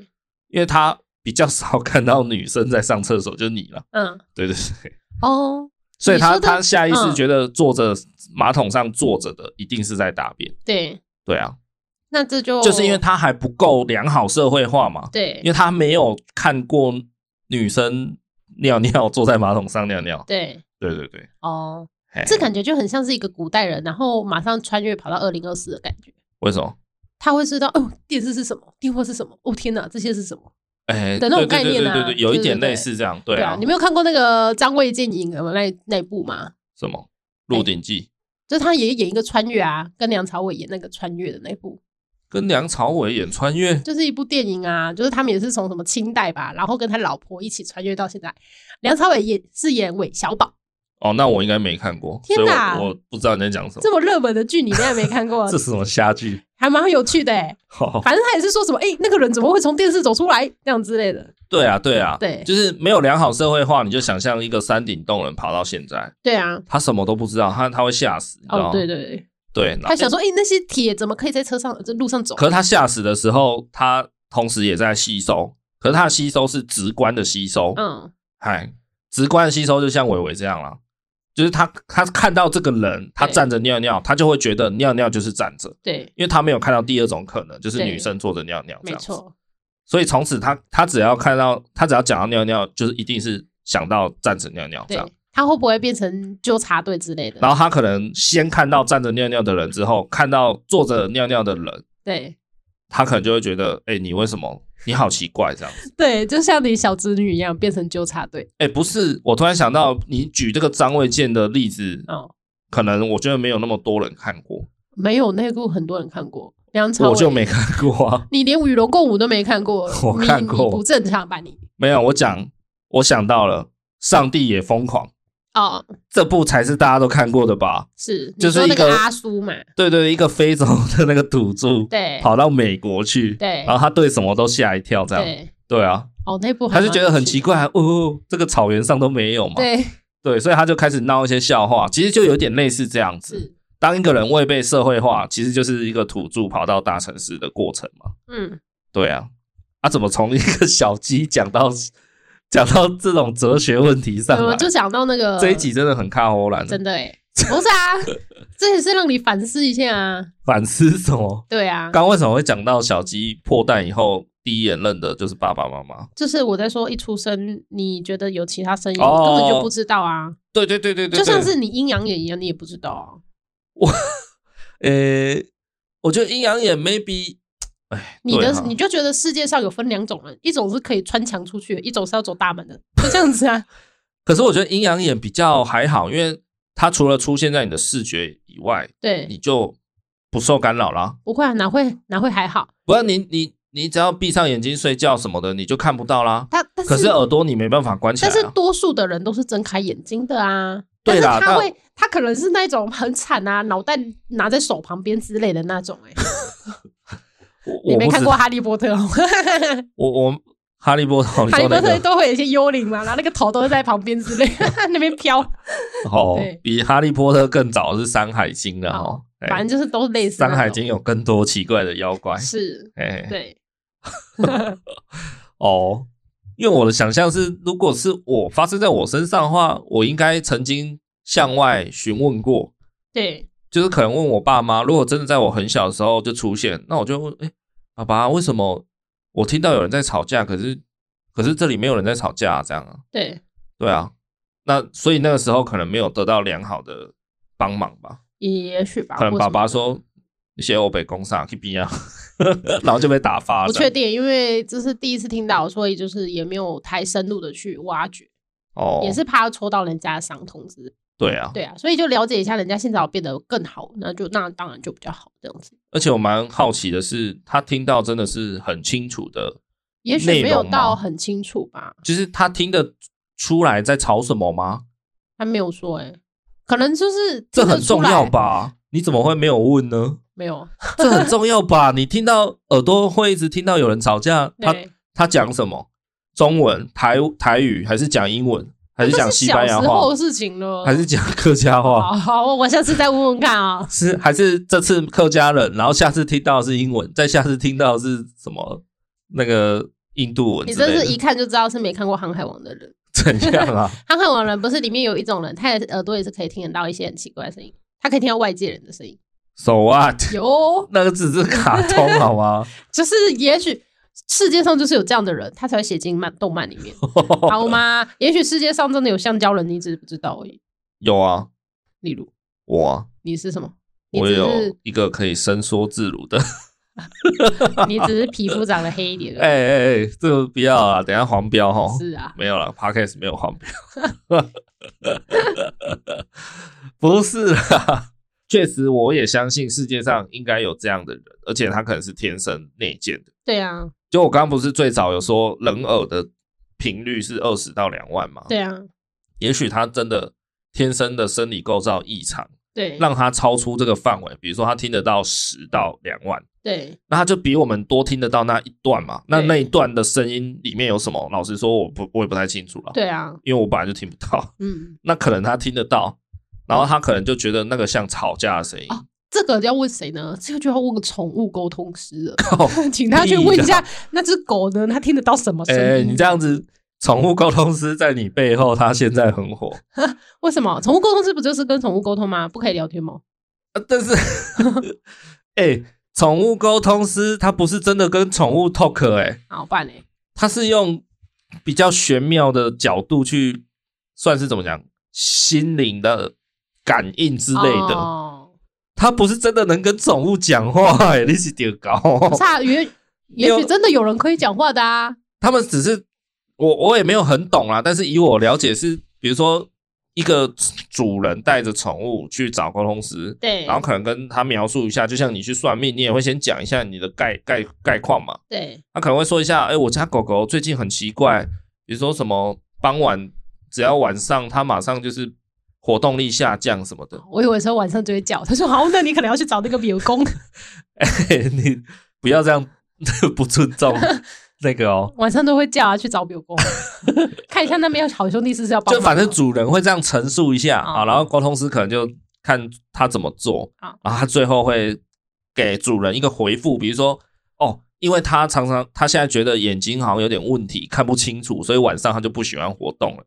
Speaker 1: 因为他比较少看到女生在上厕所，就是你了，
Speaker 2: 嗯，
Speaker 1: 对对对，
Speaker 2: 哦，
Speaker 1: 所以他
Speaker 2: 你说的
Speaker 1: 他下意识
Speaker 2: 嗯
Speaker 1: 觉得坐着、马桶上坐着的一定是在大便，
Speaker 2: 对，
Speaker 1: 对啊，
Speaker 2: 那这就
Speaker 1: 就是因为他还不够良好社会化嘛，因
Speaker 2: 哦对，
Speaker 1: 为他没有看过女生尿尿坐在马桶上尿尿，
Speaker 2: 对，
Speaker 1: 对对对，
Speaker 2: 哦，
Speaker 1: 嘿
Speaker 2: 这感觉就很像是一个古代人，然后马上穿越跑到二零二四的感觉。
Speaker 1: 为什么？
Speaker 2: 他会知道哦，电视是什么，电话是什么，哦天哪，这些是什么？
Speaker 1: 哎，
Speaker 2: 的那
Speaker 1: 对对对
Speaker 2: 种概念啊
Speaker 1: 对对对，有一点
Speaker 2: 对对对
Speaker 1: 类似这样，对
Speaker 2: 对
Speaker 1: 啊，
Speaker 2: 你没有看过那个张卫健演的那那一部吗？
Speaker 1: 什么
Speaker 2: 哎
Speaker 1: 《鹿鼎记》
Speaker 2: 就是他也演一个穿越啊，跟梁朝伟演那个穿越的那部，
Speaker 1: 跟梁朝伟演穿越，
Speaker 2: 就是一部电影啊，就是他们也是从什么清代吧，然后跟他老婆一起穿越到现在。梁朝伟演是演韦小宝，
Speaker 1: 哦，那我应该没看过，
Speaker 2: 天
Speaker 1: 所以
Speaker 2: 哪
Speaker 1: 我我不知道你在讲什么。，
Speaker 2: 这么热门的剧你应该没看过啊
Speaker 1: 这 是什么瞎剧？
Speaker 2: 还蛮有趣的哎。
Speaker 1: 哦，
Speaker 2: 反正他也是说什么，哎、那个人怎么会从电视走出来这样之类的。
Speaker 1: 对啊，对啊，
Speaker 2: 对
Speaker 1: 就是没有良好社会化，你就想象一个山顶洞人爬到现在，
Speaker 2: 对啊，
Speaker 1: 他什么都不知道，他他会吓死，你知道
Speaker 2: 哦
Speaker 1: 吗
Speaker 2: 对对对，
Speaker 1: 对，
Speaker 2: 他
Speaker 1: 啊然
Speaker 2: 想说，哎、那些铁怎么可以在车上、呃在路上走
Speaker 1: 后，？可是他吓死的时候，他同时也在吸收，可是他的吸收是直观的吸收，
Speaker 2: 嗯，
Speaker 1: 嗨，直观的吸收就像伟伟这样啦。就是他，他看到这个人，他
Speaker 2: 对
Speaker 1: 站着尿尿，他就会觉得尿尿就是站着，
Speaker 2: 对，
Speaker 1: 因为他没有看到第二种可能，就是
Speaker 2: 对
Speaker 1: 女生坐着尿尿这
Speaker 2: 没
Speaker 1: 样子。
Speaker 2: 错。
Speaker 1: 所以从此他他只要看到他只要讲到尿尿，就是一定是想到站着尿尿这样
Speaker 2: 对。，他会不会变成纠察队之类的？
Speaker 1: 然后他可能先看到站着尿尿的人之后，看到坐着尿尿的人，
Speaker 2: 对
Speaker 1: 他可能就会觉得，哎、你为什么你好奇怪这样子？
Speaker 2: 对，就像你小侄女一样变成纠察队
Speaker 1: 哎、不是，我突然想到，你举这个张卫健的例子，
Speaker 2: 哦。
Speaker 1: 可能我觉得没有那么多人看过，
Speaker 2: 没有那部很多人看过，梁朝伟
Speaker 1: 我就没，看过啊。，
Speaker 2: 你连《与龙共舞》都没看过
Speaker 1: 我看
Speaker 2: 你
Speaker 1: 过
Speaker 2: 你不正常吧你？
Speaker 1: 没有，我讲，我想到了，上帝也疯狂，
Speaker 2: 哦，
Speaker 1: 这部才是大家都看过的吧？
Speaker 2: 是，
Speaker 1: 就是
Speaker 2: 你说那
Speaker 1: 一个
Speaker 2: 阿叔嘛，
Speaker 1: 对对，一个非洲的那个赌注，
Speaker 2: 对
Speaker 1: 跑到美国去，
Speaker 2: 对
Speaker 1: 然后他对什么都吓一跳，这样，
Speaker 2: 对，
Speaker 1: 对啊，
Speaker 2: 哦那部还
Speaker 1: 他
Speaker 2: 蛮
Speaker 1: 就
Speaker 2: 有
Speaker 1: 觉得很奇
Speaker 2: 趣
Speaker 1: 怪，哦，这个草原上都没有嘛，
Speaker 2: 的，对，
Speaker 1: 对，所以他就开始闹一些笑话，其实就有点类似这样子。
Speaker 2: 是，
Speaker 1: 当一个人未被社会化，其实就是一个土著跑到大城市的过程嘛，
Speaker 2: 嗯，
Speaker 1: 对啊，啊，怎么从一个小鸡讲到 讲到这种哲学问题上
Speaker 2: 我
Speaker 1: 来？
Speaker 2: 就想到那个
Speaker 1: 这一集真的很看欧兰，
Speaker 2: 真的哎、 不是啊，这也是让你反思一下啊。
Speaker 1: 反思什么？
Speaker 2: 对啊，
Speaker 1: 刚为什么会讲到小鸡破蛋以后，第一眼认的就是爸爸妈妈？
Speaker 2: 就是我在说一出生，你觉得有其他声音，
Speaker 1: 哦
Speaker 2: 你根本就不知道啊。
Speaker 1: 对对对对对，
Speaker 2: 就像
Speaker 1: 对
Speaker 2: 是你阴阳眼一样，你也不知道啊。
Speaker 1: 呃、我觉得阴阳眼 maybe，哎，
Speaker 2: 你
Speaker 1: 对
Speaker 2: 的
Speaker 1: 哈
Speaker 2: 你就觉得世界上有分两种人，一种是可以穿墙出去的，一种是要走大门的，就这样子啊。
Speaker 1: 可是我觉得阴阳眼比较还好，因为它除了出现在你的视觉以外，
Speaker 2: 对，
Speaker 1: 你就不受干扰啦。
Speaker 2: 不会啊，哪会哪会还好？
Speaker 1: 不然你你你只要闭上眼睛睡觉什么的，你就看不到啦。
Speaker 2: 他但
Speaker 1: 可是耳朵你没办法关起来、
Speaker 2: 但
Speaker 1: 啊，
Speaker 2: 是多数的人都是睁开眼睛的啊。
Speaker 1: 对啦
Speaker 2: 但是他
Speaker 1: 但
Speaker 2: 会，他可能是那种很惨啊，脑袋拿在手旁边之类的那种、欸。
Speaker 1: 我
Speaker 2: 你
Speaker 1: 我
Speaker 2: 没
Speaker 1: 不
Speaker 2: 看
Speaker 1: 知
Speaker 2: 过《哈利波特》哦？
Speaker 1: 我我哈利波特，你
Speaker 2: 哈利
Speaker 1: 说
Speaker 2: 波
Speaker 1: 那
Speaker 2: 特
Speaker 1: 个
Speaker 2: 都会有一些幽灵嘛，然后那个头都会在旁边之类， 那边飘，
Speaker 1: 哦
Speaker 2: 对，
Speaker 1: 比哈利波特更早是《山海经》的哦
Speaker 2: 好，
Speaker 1: 哎
Speaker 2: 反正就是都类似那
Speaker 1: 山
Speaker 2: 种。
Speaker 1: 海经》有更多奇怪的妖怪，
Speaker 2: 是，
Speaker 1: 哎，
Speaker 2: 对，
Speaker 1: 哦，因为我的想象是，如果是我发生在我身上的话，我应该曾经向外询问过，
Speaker 2: 对，
Speaker 1: 就是可能问我爸妈，如果真的在我很小的时候就出现，那我就问，哎、爸爸，为什么我听到有人在吵架，可是可是这里没有人在吵架、啊，这样啊？
Speaker 2: 对，
Speaker 1: 对啊，那所以那个时候可能没有得到良好的帮忙吧，
Speaker 2: 也许吧。
Speaker 1: 可能
Speaker 2: 或
Speaker 1: 爸爸
Speaker 2: 什么的
Speaker 1: 说。你写我北工上去边啊， 然后就被打发了。
Speaker 2: 不确定，因为这是第一次听到，所以就是也没有太深入的去挖掘，
Speaker 1: 哦，
Speaker 2: 也是怕戳到人家的伤痛之类。
Speaker 1: 对啊，
Speaker 2: 对啊，所以就了解一下人家现在有变得更好，那就那当然就比较好这样子。
Speaker 1: 而且我蛮好奇的是，他听到真的是很清楚的，
Speaker 2: 也许没有
Speaker 1: 内容
Speaker 2: 到
Speaker 1: 吗
Speaker 2: 很清楚吧，
Speaker 1: 就是他听得出来在吵什么吗？
Speaker 2: 他没有说哎、可能就是
Speaker 1: 这
Speaker 2: 听得
Speaker 1: 很重
Speaker 2: 出来
Speaker 1: 要？吧？你怎么会没有问呢？
Speaker 2: 没有，
Speaker 1: 这很重要吧？你听到耳朵会一直听到有人吵架，他
Speaker 2: 对，
Speaker 1: 他讲什么？中文、台台语还是讲英文，还是
Speaker 2: 这
Speaker 1: 讲
Speaker 2: 是
Speaker 1: 西
Speaker 2: 小
Speaker 1: 班牙
Speaker 2: 时候
Speaker 1: 话
Speaker 2: 的，事情了，
Speaker 1: 还是讲客家话？。
Speaker 2: 好好，我我下次再问问看啊
Speaker 1: 是还是这次客家人，然后下次听到是英文，再下次听到是什么那个印度文
Speaker 2: 你
Speaker 1: 之类的？
Speaker 2: 真是一看就知道是没看过《航海王》的人，
Speaker 1: 怎样 啊？
Speaker 2: 《航海王》人不是里面有一种人，他的耳朵也是可以听得到一些很奇怪的声音，他可以听到外界人的声音。
Speaker 1: 手啊！
Speaker 2: 有， 哦
Speaker 1: 那个只是卡通好吗？
Speaker 2: 就是也许世界上就是有这样的人，他才会写进漫动漫里面， 好吗？也许世界上真的有橡胶人，你只是不知道而已。
Speaker 1: 有啊，
Speaker 2: 例如，
Speaker 1: 我啊
Speaker 2: 你是什么？你
Speaker 1: 我
Speaker 2: 只
Speaker 1: 有
Speaker 2: 是
Speaker 1: 一个可以伸缩自如的。
Speaker 2: 你只是皮肤长得黑一 点
Speaker 1: 哎
Speaker 2: 而已。
Speaker 1: 哎哎，这个不要啊，等一下黄标哈。
Speaker 2: 是啊，
Speaker 1: 没有了，Podcast 没有黄 标。不是啦，确实我也相信世界上应该有这样的人，而且他可能是天生内建的。
Speaker 2: 对啊，
Speaker 1: 就我刚刚不是最早有说人耳的频率是二十到两万吗？
Speaker 2: 对啊，
Speaker 1: 也许他真的天生的生理构造异常。
Speaker 2: 对，
Speaker 1: 让他超出这个范围，比如说他听得到十到两万，
Speaker 2: 对
Speaker 1: 那他就比我们多听得到那一段嘛。那
Speaker 2: 对
Speaker 1: 那一段的声音里面有什么？老实说，我不我也不太清楚了，
Speaker 2: 对啊，
Speaker 1: 因为我本来就听不到。
Speaker 2: 嗯，
Speaker 1: 那可能他听得到，然后他可能就觉得那个像吵架的声音。
Speaker 2: 哦这个要问谁呢？这个就要问宠物沟通师 了。
Speaker 1: 靠
Speaker 2: 请他去问一下那只狗呢，它听得到什么声音？
Speaker 1: 哎、你这样子，宠物沟通师在你背后，他现在很火。
Speaker 2: 为什么？宠物沟通师不就是跟宠物沟通吗？不可以聊天吗？
Speaker 1: 啊但 是， 哎、宠物沟通师他不是真的跟宠物 talk 哎、
Speaker 2: 好办欸嘞、
Speaker 1: 他是用比较玄妙的角度去，算是怎么讲，心灵的感应之类的。
Speaker 2: 哦、
Speaker 1: 他不是真的能跟宠物讲话、欸，你是丢搞。
Speaker 2: 不是啊，也
Speaker 1: 没
Speaker 2: 也
Speaker 1: 哦 有
Speaker 2: 许真的有人可以讲话的啊。
Speaker 1: 他们只是我我也没有很懂啦，但是以我了解是，比如说一个主人带着宠物去找沟通师。
Speaker 2: 对，
Speaker 1: 然后可能跟他描述一下，就像你去算命，你也会先讲一下你的概概概况嘛。
Speaker 2: 对
Speaker 1: 他可能会说一下，哎、我家狗狗最近很奇怪，比如说什么傍晚，只要晚上它马上就是活动力下降什么的。
Speaker 2: 我以为说晚上就会叫，他说好，那你可能要去找那个员工，
Speaker 1: 嘿你不要这样 不尊 重那个哦，
Speaker 2: 晚上都会叫啊，去找 员工，看一下那边有好兄弟是不是要帮
Speaker 1: 就
Speaker 2: 忙。
Speaker 1: 反正主人会这样陈述一下
Speaker 2: 哦
Speaker 1: 啊，然后沟通师可能就看他怎么做，
Speaker 2: 好
Speaker 1: 然后他最后会给主人一个回复，比如说哦，因为他常常他现在觉得眼睛好像有点问题，看不清楚，所以晚上他就不喜欢活动了。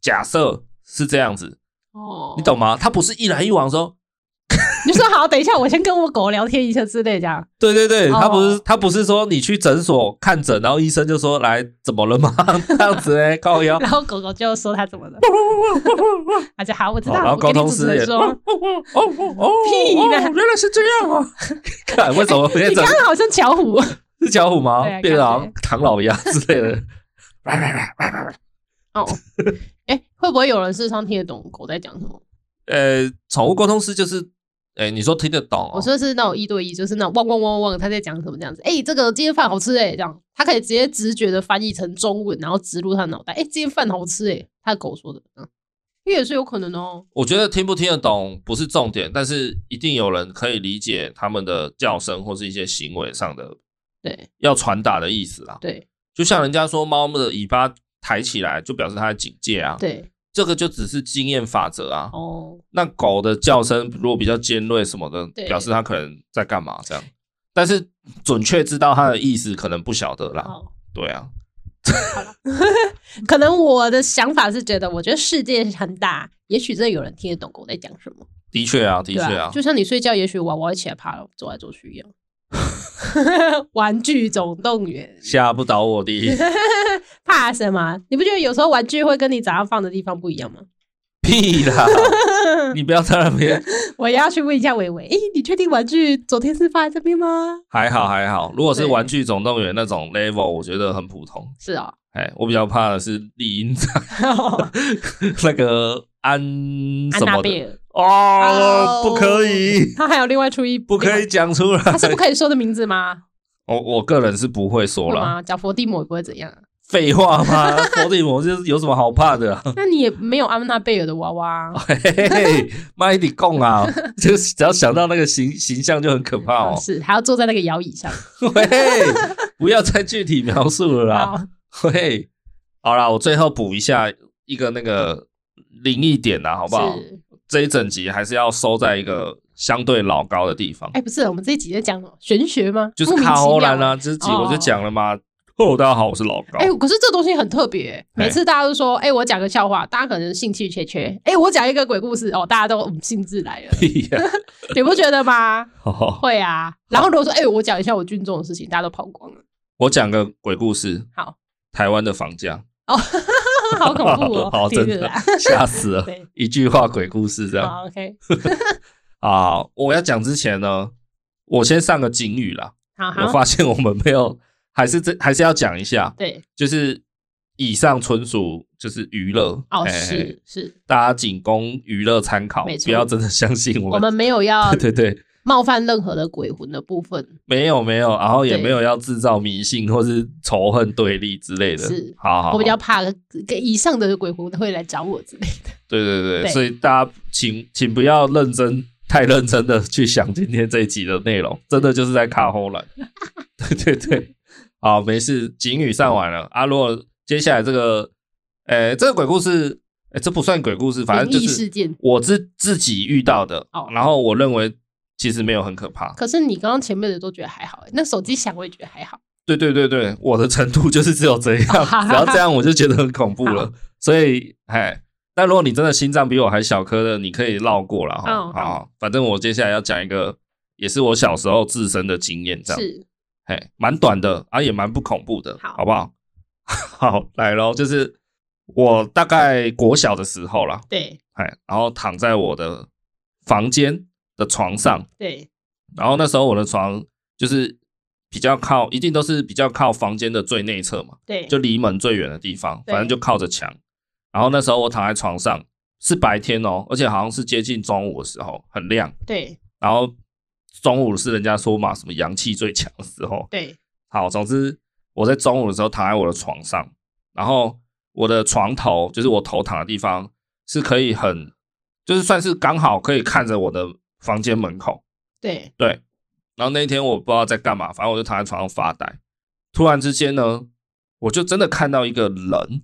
Speaker 1: 假设是这样子，
Speaker 2: 哦
Speaker 1: 你懂吗？他不是一来一往说，
Speaker 2: 你说好，等一下，我先跟我狗聊天一下之类 这样。
Speaker 1: 对对对，
Speaker 2: 哦
Speaker 1: 他不是他不是说你去诊所看诊，然后医生就说来怎么了吗？ 这样子哎，高腰。
Speaker 2: 然后狗狗就说它怎 么了，而且好， 我知
Speaker 1: 哦
Speaker 2: 道，
Speaker 1: 然后
Speaker 2: 我
Speaker 1: 高
Speaker 2: 跟你
Speaker 1: 通
Speaker 2: 主持
Speaker 1: 师
Speaker 2: 人
Speaker 1: 也
Speaker 2: 说，
Speaker 1: 哦哦哦哦哦，
Speaker 2: 屁啦
Speaker 1: 原来是这样啊！ 看为什么变
Speaker 2: 你
Speaker 1: 成
Speaker 2: 刚刚好像 巧虎，
Speaker 1: 是巧虎吗
Speaker 2: 对啊？
Speaker 1: 变成好
Speaker 2: 感
Speaker 1: 像唐老鸭之类的。
Speaker 2: 哦，哎、会不会有人事实上听得懂狗在讲什么？
Speaker 1: 呃，宠物沟通师就是，哎，你说听得懂哦？
Speaker 2: 我说是那种一对一，就是那种汪汪汪汪，他在讲什么这样子？哎、这个今天饭好吃哎、这样他可以直接直觉的翻译成中文，然后植入他脑袋。哎、今天饭好吃哎、他的狗说的，嗯，因为也是有可能哦。
Speaker 1: 我觉得听不听得懂不是重点，但是一定有人可以理解他们的叫声或是一些行为上的
Speaker 2: 对
Speaker 1: 要传达的意思啦。
Speaker 2: 对
Speaker 1: 就像人家说猫的尾巴抬起来，就表示它在警戒啊。，
Speaker 2: 对，
Speaker 1: 这个就只是经验法则啊。
Speaker 2: 哦，
Speaker 1: 那狗的叫声如果比较尖锐什么的，
Speaker 2: 对
Speaker 1: 表示它可能在干嘛这样。但是准确知道它的意思，可能不晓得啦。
Speaker 2: 好，
Speaker 1: 对啊，
Speaker 2: 可能我的想法是觉得，我觉得世界很大，也许真的有人听得懂狗在讲什么。
Speaker 1: 的确啊，的
Speaker 2: 对
Speaker 1: 确啊，
Speaker 2: 就像你睡觉，也许娃娃会起来爬走来走去 一样。玩具总动员，
Speaker 1: 吓不倒 我的
Speaker 2: 怕什么？你不觉得有时候玩具会跟你早上放的地方不一样吗？
Speaker 1: 屁 啦！你不要在那边，
Speaker 2: 我也要去问一下伟伟，诶，你确定玩具昨天是放在这边吗？
Speaker 1: 还好还好。如果是
Speaker 2: 对
Speaker 1: 玩具总动员那种 level，我觉得很普通。
Speaker 2: 是哦，
Speaker 1: 哎，我比较怕的是丽音长 那个安
Speaker 2: 安
Speaker 1: 什
Speaker 2: 娜
Speaker 1: 么
Speaker 2: 贝
Speaker 1: 的哦
Speaker 2: 尔，哦，
Speaker 1: 不可 以，
Speaker 2: 他还有另外出一
Speaker 1: 不可以，讲出来
Speaker 2: 他。是不可以说的名 字吗？
Speaker 1: 我哦我个人是不会说
Speaker 2: 会
Speaker 1: 啦，
Speaker 2: 吗？讲佛地魔也不会怎样啊，
Speaker 1: 废话嘛， 佛地魔就是有什么好怕的 啊？
Speaker 2: 那你也没有安娜贝尔的娃娃啊，
Speaker 1: 嘿嘿嘿，麦迪贡啊，就是只要想到那个形形象就很可怕哦。
Speaker 2: 是还要坐在那个摇 椅上。
Speaker 1: 喂，不要再具体描述了啦。
Speaker 2: 好，
Speaker 1: 嘿，好啦，我最后补一下一个那个灵异点啊啦，好不好？
Speaker 2: 是
Speaker 1: 这一整集还是要收在一个相对老高的地方，
Speaker 2: 哎，不是，我们这一集在讲玄学吗？
Speaker 1: 就是
Speaker 2: 哎莫名
Speaker 1: 卡
Speaker 2: 其
Speaker 1: 欧
Speaker 2: 妙
Speaker 1: 兰啊，这集我就
Speaker 2: 哦
Speaker 1: 讲了嘛。哦，大家好，我是老高。
Speaker 2: 哎、可是这东西很特别、每次大家都说，哎、我讲个笑话，大家可能兴趣缺缺；哎、我讲一个鬼故事，哦，大家都嗯兴致来了，
Speaker 1: 屁 呀！
Speaker 2: 你不觉得吗？
Speaker 1: 哦
Speaker 2: 会啊。然后如果说，哎、我讲一下我军中的事情，大家都跑光了，
Speaker 1: 我讲个鬼故事。
Speaker 2: 好，
Speaker 1: 台湾的房价。
Speaker 2: 好恐怖 哦，
Speaker 1: 好，真
Speaker 2: 天
Speaker 1: 的
Speaker 2: 哪
Speaker 1: 吓死了
Speaker 2: 对，
Speaker 1: 一句话鬼故事 这样
Speaker 2: 好，OK，
Speaker 1: 啊！我要讲之前呢，我先上个警语啦。
Speaker 2: 好
Speaker 1: 我
Speaker 2: 好，
Speaker 1: 发现我们没 有，还是这还是要讲一下，
Speaker 2: 对，
Speaker 1: 就是以上纯属就是娱乐
Speaker 2: 哦，
Speaker 1: 嘿嘿
Speaker 2: 是是，
Speaker 1: 大家仅供娱乐参考
Speaker 2: 没，错
Speaker 1: 不要真的相信我
Speaker 2: 我
Speaker 1: 们。
Speaker 2: 们没有要
Speaker 1: 对对对，
Speaker 2: 冒犯任何的鬼魂的部分，
Speaker 1: 没有没有，然后也
Speaker 2: 对
Speaker 1: 没有要制造迷信或是仇恨对立之类的。
Speaker 2: 是
Speaker 1: 好好好，
Speaker 2: 我比较怕跟以上的鬼魂会来找我之类的。
Speaker 1: 对对对，
Speaker 2: 对
Speaker 1: 所以大家请请不要认真太认真的去想今天这一集的内容， 真的就是在卡后 了。对对对，好，没事，警语上完了啊。如果接下来这个，呃，这个鬼故事，呃，这不算鬼故事，反正就
Speaker 2: 灵异事
Speaker 1: 是
Speaker 2: 件。
Speaker 1: 我自自己遇到的
Speaker 2: 哦，
Speaker 1: 然后我认为其实没有很可怕。
Speaker 2: 可是你刚刚前面的都觉得还好、哎那手机响我也觉得还好。
Speaker 1: 对对哦对对，我的程度就是只有这样， 只要这样我就觉得很恐怖了
Speaker 2: 好。
Speaker 1: 所以，哎，但如果你真的心脏比我还小颗的，你可以绕过了哈。
Speaker 2: 嗯
Speaker 1: 好，反正我接下来要讲一个，也是我小时候自身的经验，这样，
Speaker 2: 是，
Speaker 1: 哎，蛮短的，啊，也蛮不恐怖的，
Speaker 2: 好
Speaker 1: 好不好？ 好，来喽，就是我大概国小的时候啦，
Speaker 2: 对
Speaker 1: 哎，然后躺在我的房间的床上，
Speaker 2: 对，
Speaker 1: 然后那时候我的床就是比较靠，一定都是比较靠房间的最内侧嘛，
Speaker 2: 对，
Speaker 1: 就离门最远的地方，
Speaker 2: 对
Speaker 1: 反正就靠着墙。然后那时候我躺在床上，是白天哦，而且好像是接近中午的时候，很亮。
Speaker 2: 对
Speaker 1: 然后中午是人家说嘛，什么阳气最强的时候。
Speaker 2: 对
Speaker 1: 好，总之我在中午的时候躺在我的床上，然后我的床头就是我头躺的地方是可以很，就是算是刚好可以看着我的房间门口。
Speaker 2: 对，
Speaker 1: 对，然后那一天我不知道在干嘛，反正我就躺在床上发呆。突然之间呢，我就真的看到一个人，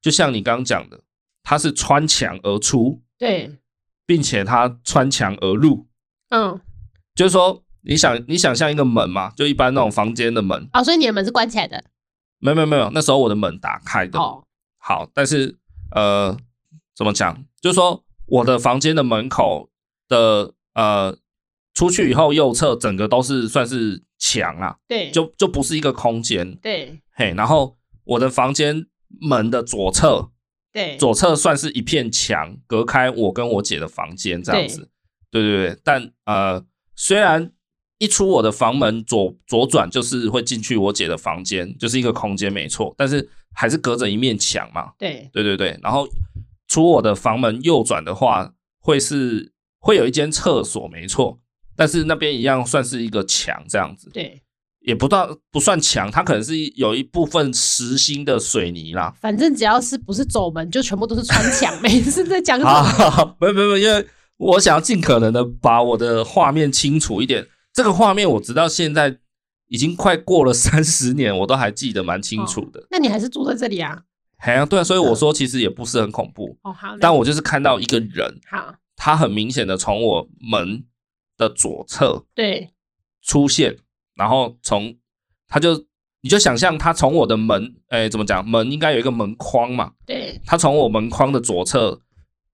Speaker 1: 就像你刚刚讲的，他是穿墙而出，
Speaker 2: 对，
Speaker 1: 并且他穿墙而入，
Speaker 2: 嗯，
Speaker 1: 就是说你想你想象一个门嘛，就一般那种房间的门，
Speaker 2: 哦，所以你的门是关起来的
Speaker 1: 没有没有没有，那时候我的门打开的。
Speaker 2: 哦，
Speaker 1: 好，但是呃，怎么讲？就是说我的房间的门口的呃，出去以后右侧整个都是算是墙啊，
Speaker 2: 对，
Speaker 1: 就就不是一个空间。
Speaker 2: 对
Speaker 1: 嘿，然后我的房间门的左侧，
Speaker 2: 对
Speaker 1: 左侧算是一片墙，隔开我跟我姐的房间这样子。对对对，但呃，虽然一出我的房门左左转就是会进去我姐的房间，就是一个空间没错，但是还是隔着一面墙嘛。
Speaker 2: 对
Speaker 1: 对对对，然后出我的房门右转的话，会是会有一间厕所没错，但是那边一样算是一个墙这样子，
Speaker 2: 对，
Speaker 1: 也不到不算墙，它可能是有一部分实心的水泥啦。
Speaker 2: 反正只要是不是走门，就全部都是穿墙。每次在讲什么？
Speaker 1: 啊，没有没有，没有因为我想要尽可能的把我的画面清楚一点。这个画面我直到现在已经快过了三十年，我都还记得蛮清楚的。
Speaker 2: 那你还是住在这里啊？
Speaker 1: 哎呀、对啊，所以我说其实也不是很恐怖，
Speaker 2: 哦，好，
Speaker 1: 但我就是看到一个人，
Speaker 2: 好，
Speaker 1: 他很明显的从我门的左侧
Speaker 2: 对
Speaker 1: 出现，然后从他就你就想象他从我的门，哎，怎么讲？门应该有一个门框嘛，
Speaker 2: 对
Speaker 1: 他从我门框的左侧，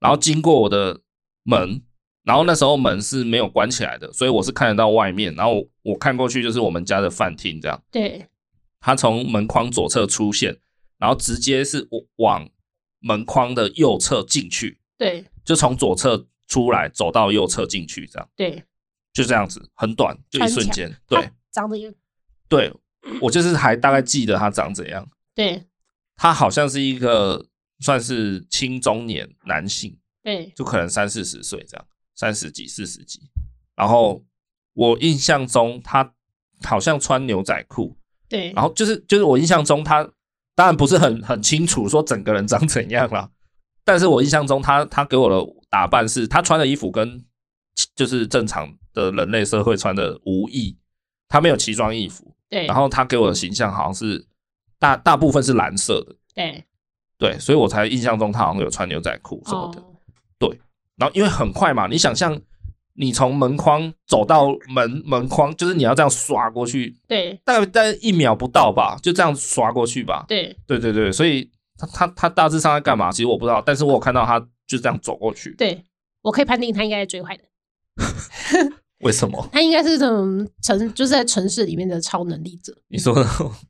Speaker 1: 然后经过我的门，然后那时候门是没有关起来的，所以我是看得到外面。然后我我看过去就是我们家的饭厅这样。
Speaker 2: 对
Speaker 1: 他从门框左侧出现，然后直接是往门框的右侧进去，
Speaker 2: 对
Speaker 1: 就从左侧出来走到右侧进去，这样
Speaker 2: 对，
Speaker 1: 就这样子，很短，就一
Speaker 2: 穿
Speaker 1: 瞬
Speaker 2: 墙
Speaker 1: 间。对
Speaker 2: 他长得有
Speaker 1: 对，我就是还大概记得他长怎样。
Speaker 2: 对
Speaker 1: 他好像是一个算是青中年男性。
Speaker 2: 对
Speaker 1: 就可能三四十岁这样，三十几、四十几。然后我印象中他好像穿牛仔裤，
Speaker 2: 对
Speaker 1: 然后就是就是我印象中他当然不是很很清楚说整个人长怎样啦，但是我印象中他他给我的打扮是他穿的衣服跟就是正常的人类社会穿的无异，他没有奇装异服，
Speaker 2: 对，
Speaker 1: 然后他给我的形象好像是大大部分是蓝色的，
Speaker 2: 对
Speaker 1: 对，所以我才印象中他好像有穿牛仔裤什么的。
Speaker 2: 哦
Speaker 1: 然后因为很快嘛，你想象你从门框走到门门框，就是你要这样刷过去，
Speaker 2: 对
Speaker 1: 大概大概一秒不到吧，就这样刷过去吧。
Speaker 2: 对
Speaker 1: 对对对，所以他他他大致上在干嘛，其实我不知道，但是我有看到他就这样走过去。
Speaker 2: 对，我可以判定他应该是最坏的，
Speaker 1: 为什么？
Speaker 2: 他应该是这种城，就是在城市里面的超能力者。
Speaker 1: 你说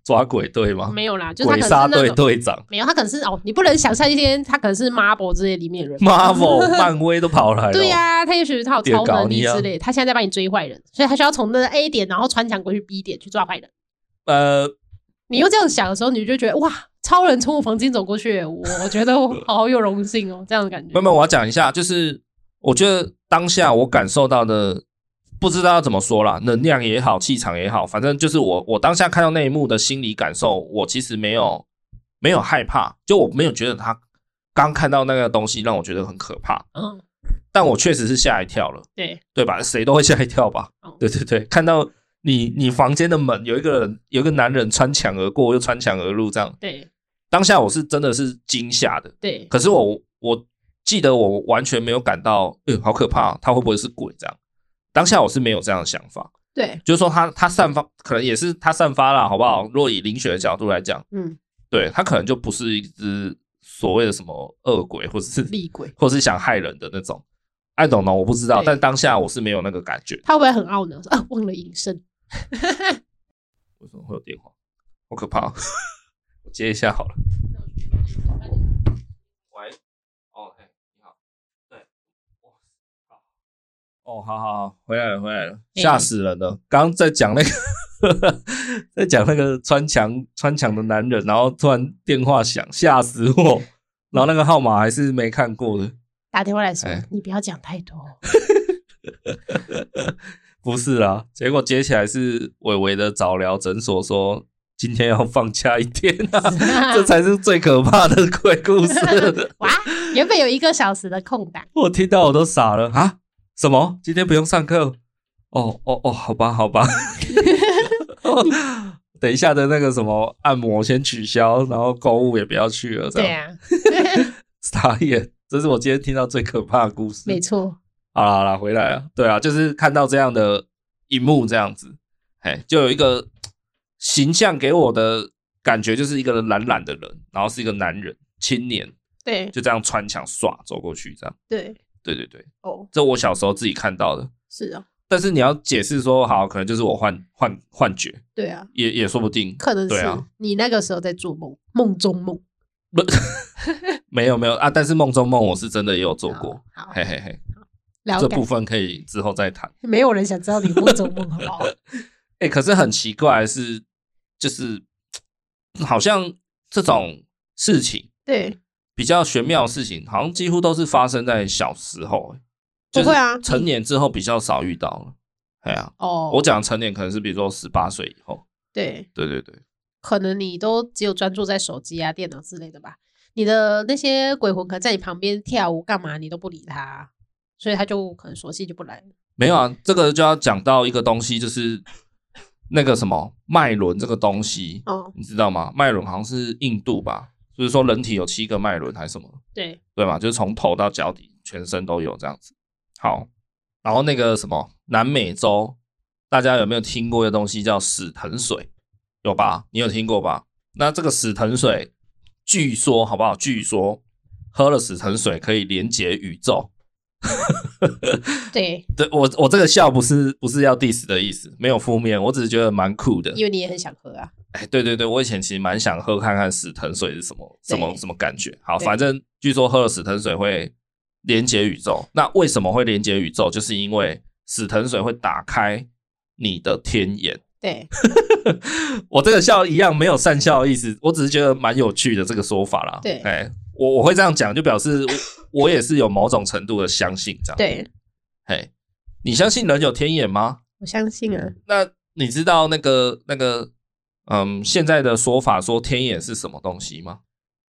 Speaker 1: 抓鬼队吗？
Speaker 2: 没有啦，就是他
Speaker 1: 啊鬼
Speaker 2: 可
Speaker 1: 杀
Speaker 2: 能是
Speaker 1: 队
Speaker 2: 那种。
Speaker 1: 队长
Speaker 2: 没有，他可能是哦，你不能想象一天，他可能是 Marvel 之类里面的人，
Speaker 1: ，Marvel、漫威都跑来了。
Speaker 2: 对呀、他也许他有
Speaker 1: 别
Speaker 2: 超
Speaker 1: 搞
Speaker 2: 能力
Speaker 1: 你啊
Speaker 2: 之类，他现在在帮你追坏人，所以他需要从那个 A 点，然后穿墙过去 B 点去抓坏人。
Speaker 1: 呃，
Speaker 2: 你又这样想的时候，你就觉得哇，超人从我房间走过去，我我觉 得我好有荣幸哦，这样的感觉
Speaker 1: 妹。妹，我要讲一下，就是我觉得当下我感受到的，不知道要怎么说啦，能量也好，气场也好，反正就是我我当下看到那一幕的心理感受，我其实没有没有害怕，就我没有觉得他刚看到那个东西让我觉得很可怕，
Speaker 2: 嗯，
Speaker 1: 但我确实是吓一跳了，
Speaker 2: 对，
Speaker 1: 对吧？谁都会吓一跳吧
Speaker 2: 哦？
Speaker 1: 对对对，看到你你房间的门有一个人有一个男人穿墙而过，又穿墙而入，这样
Speaker 2: 对，
Speaker 1: 当下我是真的是惊吓的。
Speaker 2: 对，
Speaker 1: 可是我我记得我完全没有感到，呃，好可怕、他会不会是鬼这样？当下我是没有这样的想法，
Speaker 2: 对，
Speaker 1: 就是说他他散发可能也是他散发啦，好不好？若以灵学的角度来讲，
Speaker 2: 嗯，
Speaker 1: 对他可能就不是一只所谓的什么恶鬼，或者是
Speaker 2: 厉鬼，
Speaker 1: 或是想害人的那种。I don't know，我不知道，
Speaker 2: 对
Speaker 1: 但当下我是没有那个感觉。
Speaker 2: 他会不会很懊恼？啊，忘了隐身。
Speaker 1: 为什么会有电话？好可怕哦、 我接一下好了。喂，哦，嘿，你好，对，我好，哦，好好好，回来了，回来了，
Speaker 2: 哎
Speaker 1: 吓死人了！刚刚在讲那个，在讲那个穿墙穿墙的男人，然后突然电话响，吓死我！然后那个号码还是没看过的，
Speaker 2: 打电话来说
Speaker 1: 哎，
Speaker 2: 你不要讲太多。
Speaker 1: 不是啦，结果接起来是伟伟的早疗诊所说今天要放假一天 啊， 这才是最可怕的鬼故事。
Speaker 2: 哇，原本有一个小时的空档，
Speaker 1: 我听到我都傻了啊！什么？今天不用上课？哦哦哦，好吧好 吧。等一下的那个什么按摩先取消，然后购物也不要去了，这
Speaker 2: 对
Speaker 1: 样。
Speaker 2: 啊，
Speaker 1: 傻眼，这是我今天听到最可怕的故事。
Speaker 2: 没错，
Speaker 1: 好啦好啦，回来啊，对啊，就是看到这样的荧幕这样子，哎，就有一个形象给我的感觉就是一个懒懒的人，然后是一个男人青年，
Speaker 2: 对
Speaker 1: 就这样穿墙唰走过去这样。
Speaker 2: 对
Speaker 1: 对对对，
Speaker 2: 哦，
Speaker 1: 这我小时候自己看到的，
Speaker 2: 是哦，
Speaker 1: 但是你要解释说好，可能就是我幻幻幻觉，
Speaker 2: 对啊，
Speaker 1: 也也说不定。
Speaker 2: 可能是
Speaker 1: 对啊
Speaker 2: 你那个时候在做梦，梦中梦
Speaker 1: 没有没有啊，但是梦中梦我是真的也有做过，
Speaker 2: 好，好
Speaker 1: 嘿嘿嘿，
Speaker 2: 哦了
Speaker 1: 这
Speaker 2: 解
Speaker 1: 部，分可以之后再谈。
Speaker 2: 没有人想知道你梦中梦好不 好？
Speaker 1: 哎、可是很奇怪的是，就是好像这种事情
Speaker 2: 对，
Speaker 1: 比较玄妙的事情，好像几乎都是发生在小时候、欸，就
Speaker 2: 不会啊
Speaker 1: 是成年之后比较少遇到了。哎呀、
Speaker 2: 哦，
Speaker 1: 我讲成年可能是比如说十八岁以后，
Speaker 2: 对，
Speaker 1: 对对对，
Speaker 2: 可能你都只有专注在手机啊、电脑之类的吧。你的那些鬼魂可能在你旁边跳舞干嘛，你都不理他啊，所以他就可能索性就不来了。
Speaker 1: 没有啊，这个就要讲到一个东西，就是那个什么脉轮这个东西，
Speaker 2: 哦，
Speaker 1: 你知道吗？脉轮好像是印度吧，就是说人体有七个脉轮还是什么？
Speaker 2: 对，
Speaker 1: 对嘛，就是从头到脚底，全身都有这样子。好，然后那个什么南美洲，大家有没有听过一个东西叫死藤水？有吧？你有听过吧？那这个死藤水，据说好不好？据说喝了死藤水可以连接宇宙。
Speaker 2: 对，
Speaker 1: 对我，我这个笑不是不是要 diss 的意思，没有负面，我只是觉得蛮酷的。
Speaker 2: 因为你也很想喝啊。
Speaker 1: 哎，对对对，我以前其实蛮想喝看看死藤水是什么什么
Speaker 2: 对
Speaker 1: 什么感觉。好，
Speaker 2: 对
Speaker 1: 反正据说喝了死藤水会连接宇宙。那为什么会连接宇宙？就是因为死藤水会打开你的天眼。
Speaker 2: 对，
Speaker 1: 我这个笑一样没有善笑的意思，我只是觉得蛮有趣的这个说法啦。
Speaker 2: 对
Speaker 1: 哎，我我会这样讲，就表示我我也是有某种程度的相信这样。，
Speaker 2: 对，
Speaker 1: 哎，你相信人有天眼吗？
Speaker 2: 我相信啊。
Speaker 1: 那你知道那个那个嗯，现在的说法说天眼是什么东西吗？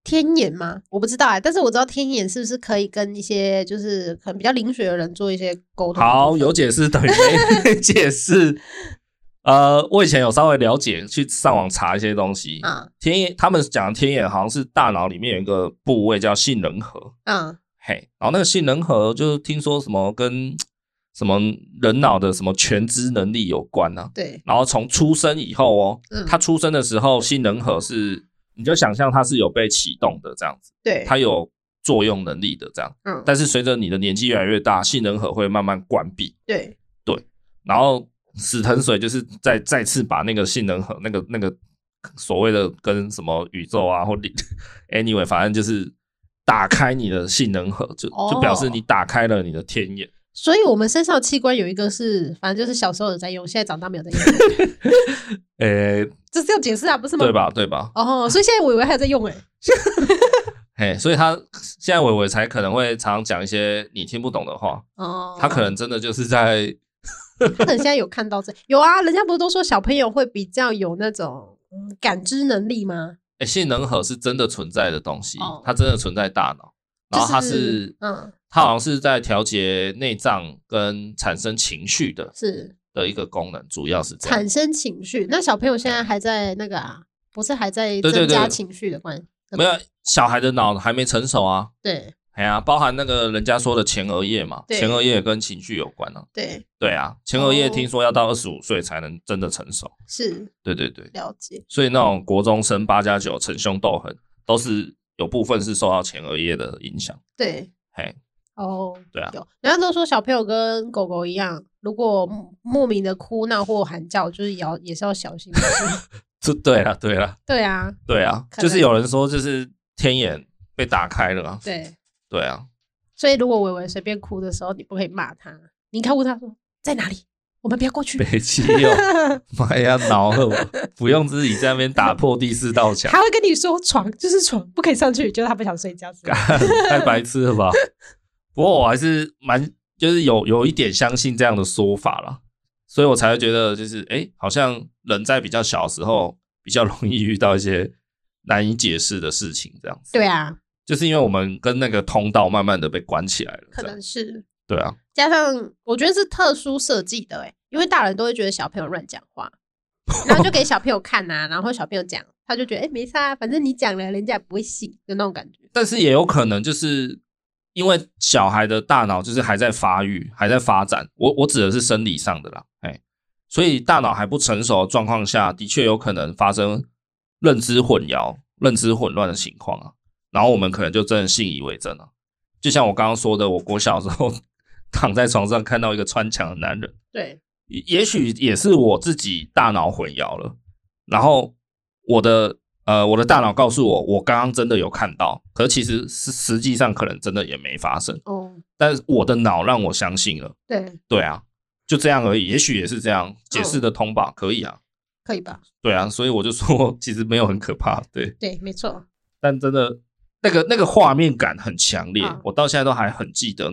Speaker 2: 天眼吗？我不知道哎、但是我知道天眼是不是可以跟一些就是可能比较灵学的人做一些沟通。
Speaker 1: 好，有解释等于没解释。 呃，我以前有稍微了解，去上网查一些东西。
Speaker 2: 啊
Speaker 1: 天眼，他们讲的天眼好像是大脑里面有一个部位叫杏仁核，
Speaker 2: 啊，
Speaker 1: 嘿，然后那个杏仁核就是听说什么跟什么人脑的什么全知能力有关啊。
Speaker 2: 对，
Speaker 1: 然后从出生以后哦，
Speaker 2: 嗯
Speaker 1: 他出生的时候杏仁核是，你就想象它是有被启动的这样子，
Speaker 2: 对，
Speaker 1: 它有作用能力的这样。
Speaker 2: 嗯，
Speaker 1: 但是随着你的年纪越来越大，杏仁核会慢慢关闭，
Speaker 2: 对，
Speaker 1: 然后死藤水就是再再次把那个杏仁核那个那个所谓的跟什么宇宙啊或 anyway，反正就是打开你的杏仁核，就就表示
Speaker 2: 哦
Speaker 1: 你打开了你的天眼。
Speaker 2: 所以我们身上的器官有一个是，反正就是小时候有在用，现在长大没 有在用，
Speaker 1: 诶、
Speaker 2: 这是要解释啊，不是吗？
Speaker 1: 对吧？对吧？
Speaker 2: 哦，所以现在我以为还有在用哎、
Speaker 1: 嘿，所以他现在伟伟才可能会常常讲一些你听不懂的话，
Speaker 2: 哦，
Speaker 1: 他可能真的就是在
Speaker 2: 他可能现在有看到这，有啊，人家不是都说小朋友会比较有那种嗯感知能力吗？
Speaker 1: 诶，性能核是真的存在的东西
Speaker 2: 哦，
Speaker 1: 它真的存在大脑，然后它
Speaker 2: 就是是嗯
Speaker 1: 它好像是在调节内脏跟产生情绪的
Speaker 2: 是
Speaker 1: 的一个功能，主要是这样
Speaker 2: 产。生情绪。那小朋友现在还在那个啊，不是还在
Speaker 1: 对对
Speaker 2: 增加
Speaker 1: 对
Speaker 2: 情绪的关？
Speaker 1: 没有小孩的脑还没成熟啊，
Speaker 2: 对
Speaker 1: 哎呀，包含那个人家说的前额叶嘛，
Speaker 2: 对
Speaker 1: 前额叶跟情绪有关啊，
Speaker 2: 对
Speaker 1: 对啊，前额叶
Speaker 2: 哦
Speaker 1: 听说要到二十五岁才能真的成熟，
Speaker 2: 是
Speaker 1: 对对对。
Speaker 2: 了解
Speaker 1: 所以那种国中生八加九逞凶斗狠，都是有部分是受到前额叶的影响。
Speaker 2: 对
Speaker 1: 嘿，
Speaker 2: 哦。
Speaker 1: 对啊，
Speaker 2: 有，人家都说小朋友跟狗狗一样，如果
Speaker 1: 嗯
Speaker 2: 莫莫名的哭闹或喊叫，就是也要也是要小心。
Speaker 1: 这对了，对了，
Speaker 2: 对啊，
Speaker 1: 对啊，
Speaker 2: 可能
Speaker 1: 就是有人说就是天眼被打开了、啊，
Speaker 2: 对，
Speaker 1: 对 啊，
Speaker 2: 所以如果伟伟随便哭的时候，你不可以骂他，你看问他说在哪里，我们不要过去。
Speaker 1: 北极有，妈呀，恼了我，不用自己在那边打破第四道墙，
Speaker 2: 他会跟你说床就是床，不可以上去，就是他不想 睡觉之类的。
Speaker 1: 太白痴了 吧？不过我还是蛮就是有有一点相信这样的说法啦，所以我才会觉得就是哎、诶好像人在比较小的时候比较容易遇到一些难以解释的事情，这样子。
Speaker 2: 对 啊，
Speaker 1: 就是因为我们跟那个通道慢慢的被关起来了，
Speaker 2: 可
Speaker 1: 这样
Speaker 2: 能是
Speaker 1: 对啊，
Speaker 2: 加上我觉得是特殊设计的哎、因为大人都会觉得小朋友乱讲话，然后就给小朋友看呐、然后小朋友讲，他就觉得哎、没啥、反正你讲了人家也不会信的那种感觉。
Speaker 1: 但是也有可能就是因为小孩的大脑就是还在发育，还在发展，我我指的是生理上的啦，哎，所以大脑还不成熟的状况下，的确有可能发生认知混淆、认知混乱的情况啊。然后我们可能就真的信以为真了、就像我刚刚说的，我国小的时候 躺在床上看到一个穿墙的男人，
Speaker 2: 对，
Speaker 1: 也也许也是我自己大脑混淆了，然后我的呃我的大脑告诉我，我刚刚真的有看到，可是其实是实际上可能真的也没发生，
Speaker 2: 哦，
Speaker 1: 但是我的脑让我相信了，
Speaker 2: 对，
Speaker 1: 对啊，就这样而已，也许也是这样解释得通吧，可以啊，
Speaker 2: 可以吧？
Speaker 1: 对啊，所以我就说 其实没有很可怕，对，
Speaker 2: 对，没错，
Speaker 1: 但真的那个那个画面感很强烈
Speaker 2: 嗯，
Speaker 1: 我到现在都还很记得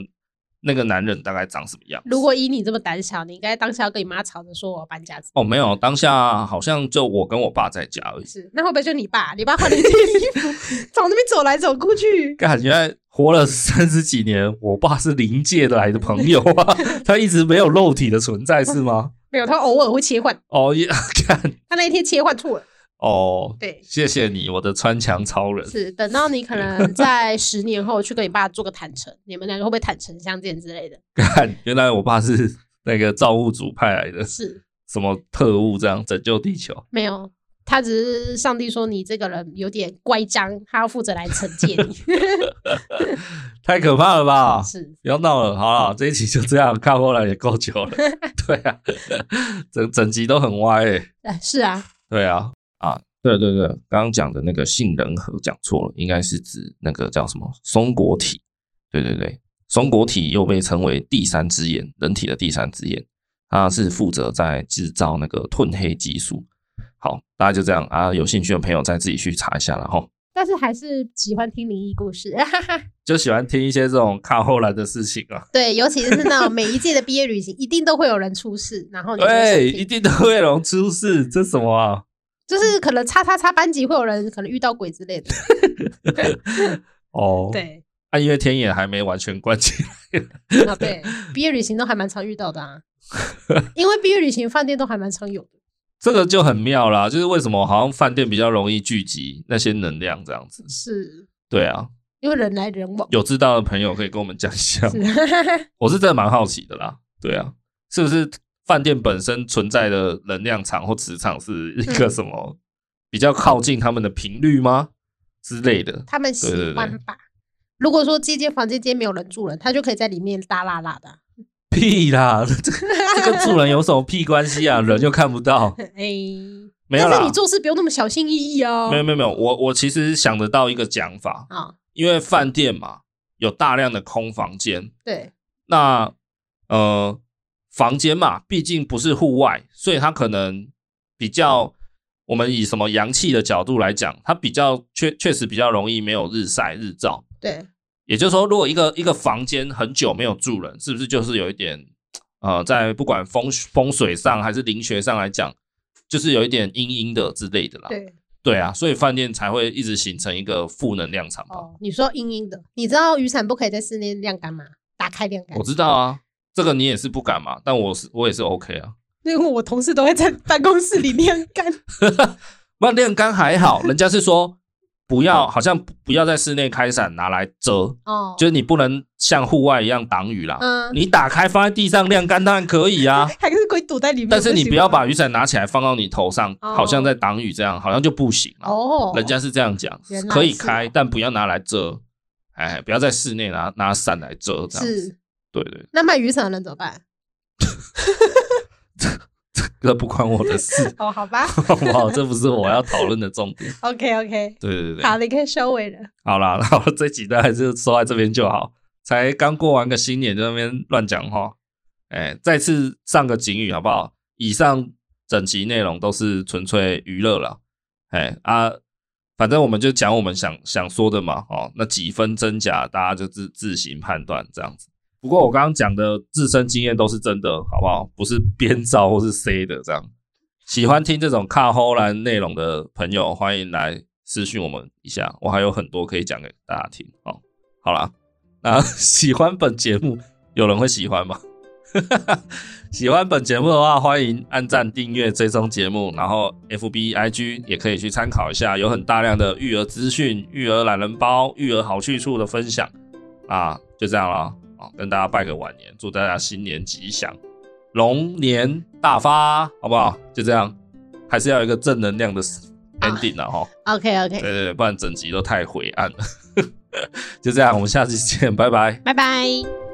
Speaker 1: 那个男人大概长什么样。
Speaker 2: 如果以你这么胆小，你应该当下要跟你妈吵着说我要搬家。
Speaker 1: 哦，没有，当下好像就我跟我爸在家而已。
Speaker 2: 是，那会不会就你爸？你爸换了一件衣服， 从那边走来走过去，
Speaker 1: 感觉活了三十几年，我爸是灵界来的朋友 啊，他一直没有肉体的存在是吗？
Speaker 2: 没有，他偶尔会切换，
Speaker 1: 哦耶，看
Speaker 2: 他那一天切换错了。
Speaker 1: 哦，
Speaker 2: 对，
Speaker 1: 谢谢你，我的穿墙超人。
Speaker 2: 是等到你可能在十年后去跟你爸做个坦诚，你们两个会不会坦诚相见之类的？
Speaker 1: 看，原来我爸是那个造物主派来的，
Speaker 2: 是
Speaker 1: 什么特务这样拯救地球。
Speaker 2: 没有，他只是上帝说你这个人有点乖张，他要负责来惩戒你。
Speaker 1: 太可怕了吧！
Speaker 2: 是，
Speaker 1: 不要闹了，好了，这一集就这样，看过来也够久 了。对啊，整整集都很歪、欸。
Speaker 2: 呃是啊，
Speaker 1: 对啊，啊，对对对，刚刚讲的那个杏仁核讲错了，应该是指那个叫什么松果体。对对对，松果体又被称为第三只眼，人体的第三只眼，它是负责在制造那个褪黑激素。好，大家就这样啊，有兴趣的朋友再自己去查一下啦，然后
Speaker 2: 但是还是喜欢听灵异故事，
Speaker 1: 就喜欢听一些这种看后来的事情啊。
Speaker 2: 对，尤其是那种每一届的毕业旅行，一定都会有人出事，然哦后你就
Speaker 1: 哎，
Speaker 2: 会想
Speaker 1: 一
Speaker 2: 听
Speaker 1: 定都会容出事，这什么啊？
Speaker 2: 就是可能叉叉叉班级会有人可能遇到鬼之类的，
Speaker 1: 哦，，
Speaker 2: 对
Speaker 1: 啊，因为天眼还没完全关起来。
Speaker 2: 啊对，毕业旅行都还蛮常遇到的 啊，因为毕业旅行饭店都还蛮常有的，
Speaker 1: 这个就很妙啦，就是为什么好像饭店比较容易聚集那些能量这样子。
Speaker 2: 是
Speaker 1: 对啊，
Speaker 2: 因为人来人往，
Speaker 1: 有知道的朋友可以跟我们讲一下，
Speaker 2: 是
Speaker 1: 我是真的蛮好奇的啦。对啊，是不是饭店本身存在的能量场或磁场是一个
Speaker 2: 嗯
Speaker 1: 什么比较靠近他们的频率吗之类的？
Speaker 2: 他们喜欢吧。如果说这间房间间没有人住人，他就可以在里面大辣辣的啊。
Speaker 1: 屁啦， 这这跟住人有什么屁关系 啊？人又看不到，
Speaker 2: 哎，
Speaker 1: 没有
Speaker 2: 但是
Speaker 1: 啦
Speaker 2: 你。做事不用那么小心翼翼哦。
Speaker 1: 没有没有没有，我我其实想得到一个讲法，
Speaker 2: 啊、
Speaker 1: 因为饭店嘛有大量的空房间，
Speaker 2: 对，
Speaker 1: 那呃，房间嘛，毕竟不是户外，所以它可能比较，我们以什么阳气的角度来讲，它比较确确实比较容易没有日晒日照。
Speaker 2: 对，
Speaker 1: 也就是说，如果一个一个房间很久没有住人，是不是就是有一点呃，在不管风风水上还是灵学上来讲，就是有一点阴阴的之类的啦。
Speaker 2: 对，
Speaker 1: 对啊，所以饭店才会一直形成一个负能量场吧。
Speaker 2: 哦，你说阴阴的，你知道雨伞不可以在室内晾干吗？打开晾干。
Speaker 1: 我知道啊，这个你也是不敢嘛，但我是我也是 OK 啊。
Speaker 2: 因为我同事都会在办公室里 晾干。
Speaker 1: 那晾干还好，人家是说不要，
Speaker 2: 嗯
Speaker 1: 好像不不要在室内开伞拿来遮，
Speaker 2: 哦，
Speaker 1: 就是你不能像户外一样挡雨啦。
Speaker 2: 嗯，
Speaker 1: 你打开放在地上晾干当然可以 啊，
Speaker 2: 还是鬼躲在里面。
Speaker 1: 但是你
Speaker 2: 行
Speaker 1: 不要
Speaker 2: 吗
Speaker 1: 把雨伞拿起来放到你头上，
Speaker 2: 哦
Speaker 1: 好像在挡雨这样，好像就不行了。
Speaker 2: 哦，
Speaker 1: 人家是这样讲
Speaker 2: 原，来
Speaker 1: 可以
Speaker 2: 是
Speaker 1: 开，
Speaker 2: 哦
Speaker 1: 但不要拿来遮。哎，不要在室内拿拿伞来遮，这样子。
Speaker 2: 是
Speaker 1: 对对，
Speaker 2: 那卖雨伞的人怎么办？，
Speaker 1: 这不关我的事
Speaker 2: 哦，好吧
Speaker 1: 好不好？这不是我要讨论的重点。
Speaker 2: ，OK OK，
Speaker 1: 对 对对，
Speaker 2: 好，你可以收尾了。
Speaker 1: 好啦， 然后这几段还是说在这边就好。才刚过完个新年，就在那边乱讲话。哎，再次上个警语好不好？以上整集内容都是纯粹娱乐了。哎啊，反正我们就讲我们想想说的嘛。哦，那几分真假，大家就自自行判断这样子。不过我刚刚讲的自身经验都是真的，好不好？不是编造或是 C 的这样。喜欢听这种卡后兰内容的朋友，欢迎来私讯我们一下，我还有很多可以讲给大家听。哦，好啦，那 喜欢本节目，有人会喜欢吗？ 喜欢本节目的话，欢迎按赞、订阅、追踪节目，然后 F B I G 也可以去参考一下，有很大量的育儿资讯、育儿懒人包、育儿好去处的分享啊，就这样了啊，跟大家拜个晚年，祝大家新年吉祥，龙年大发，好不好？就这样，还是要有一个正能量的 ending 了哈。
Speaker 2: OK
Speaker 1: 对对
Speaker 2: OK，
Speaker 1: 对，不然整集都太灰暗了。就这样，我们下期见，拜拜。
Speaker 2: 拜拜。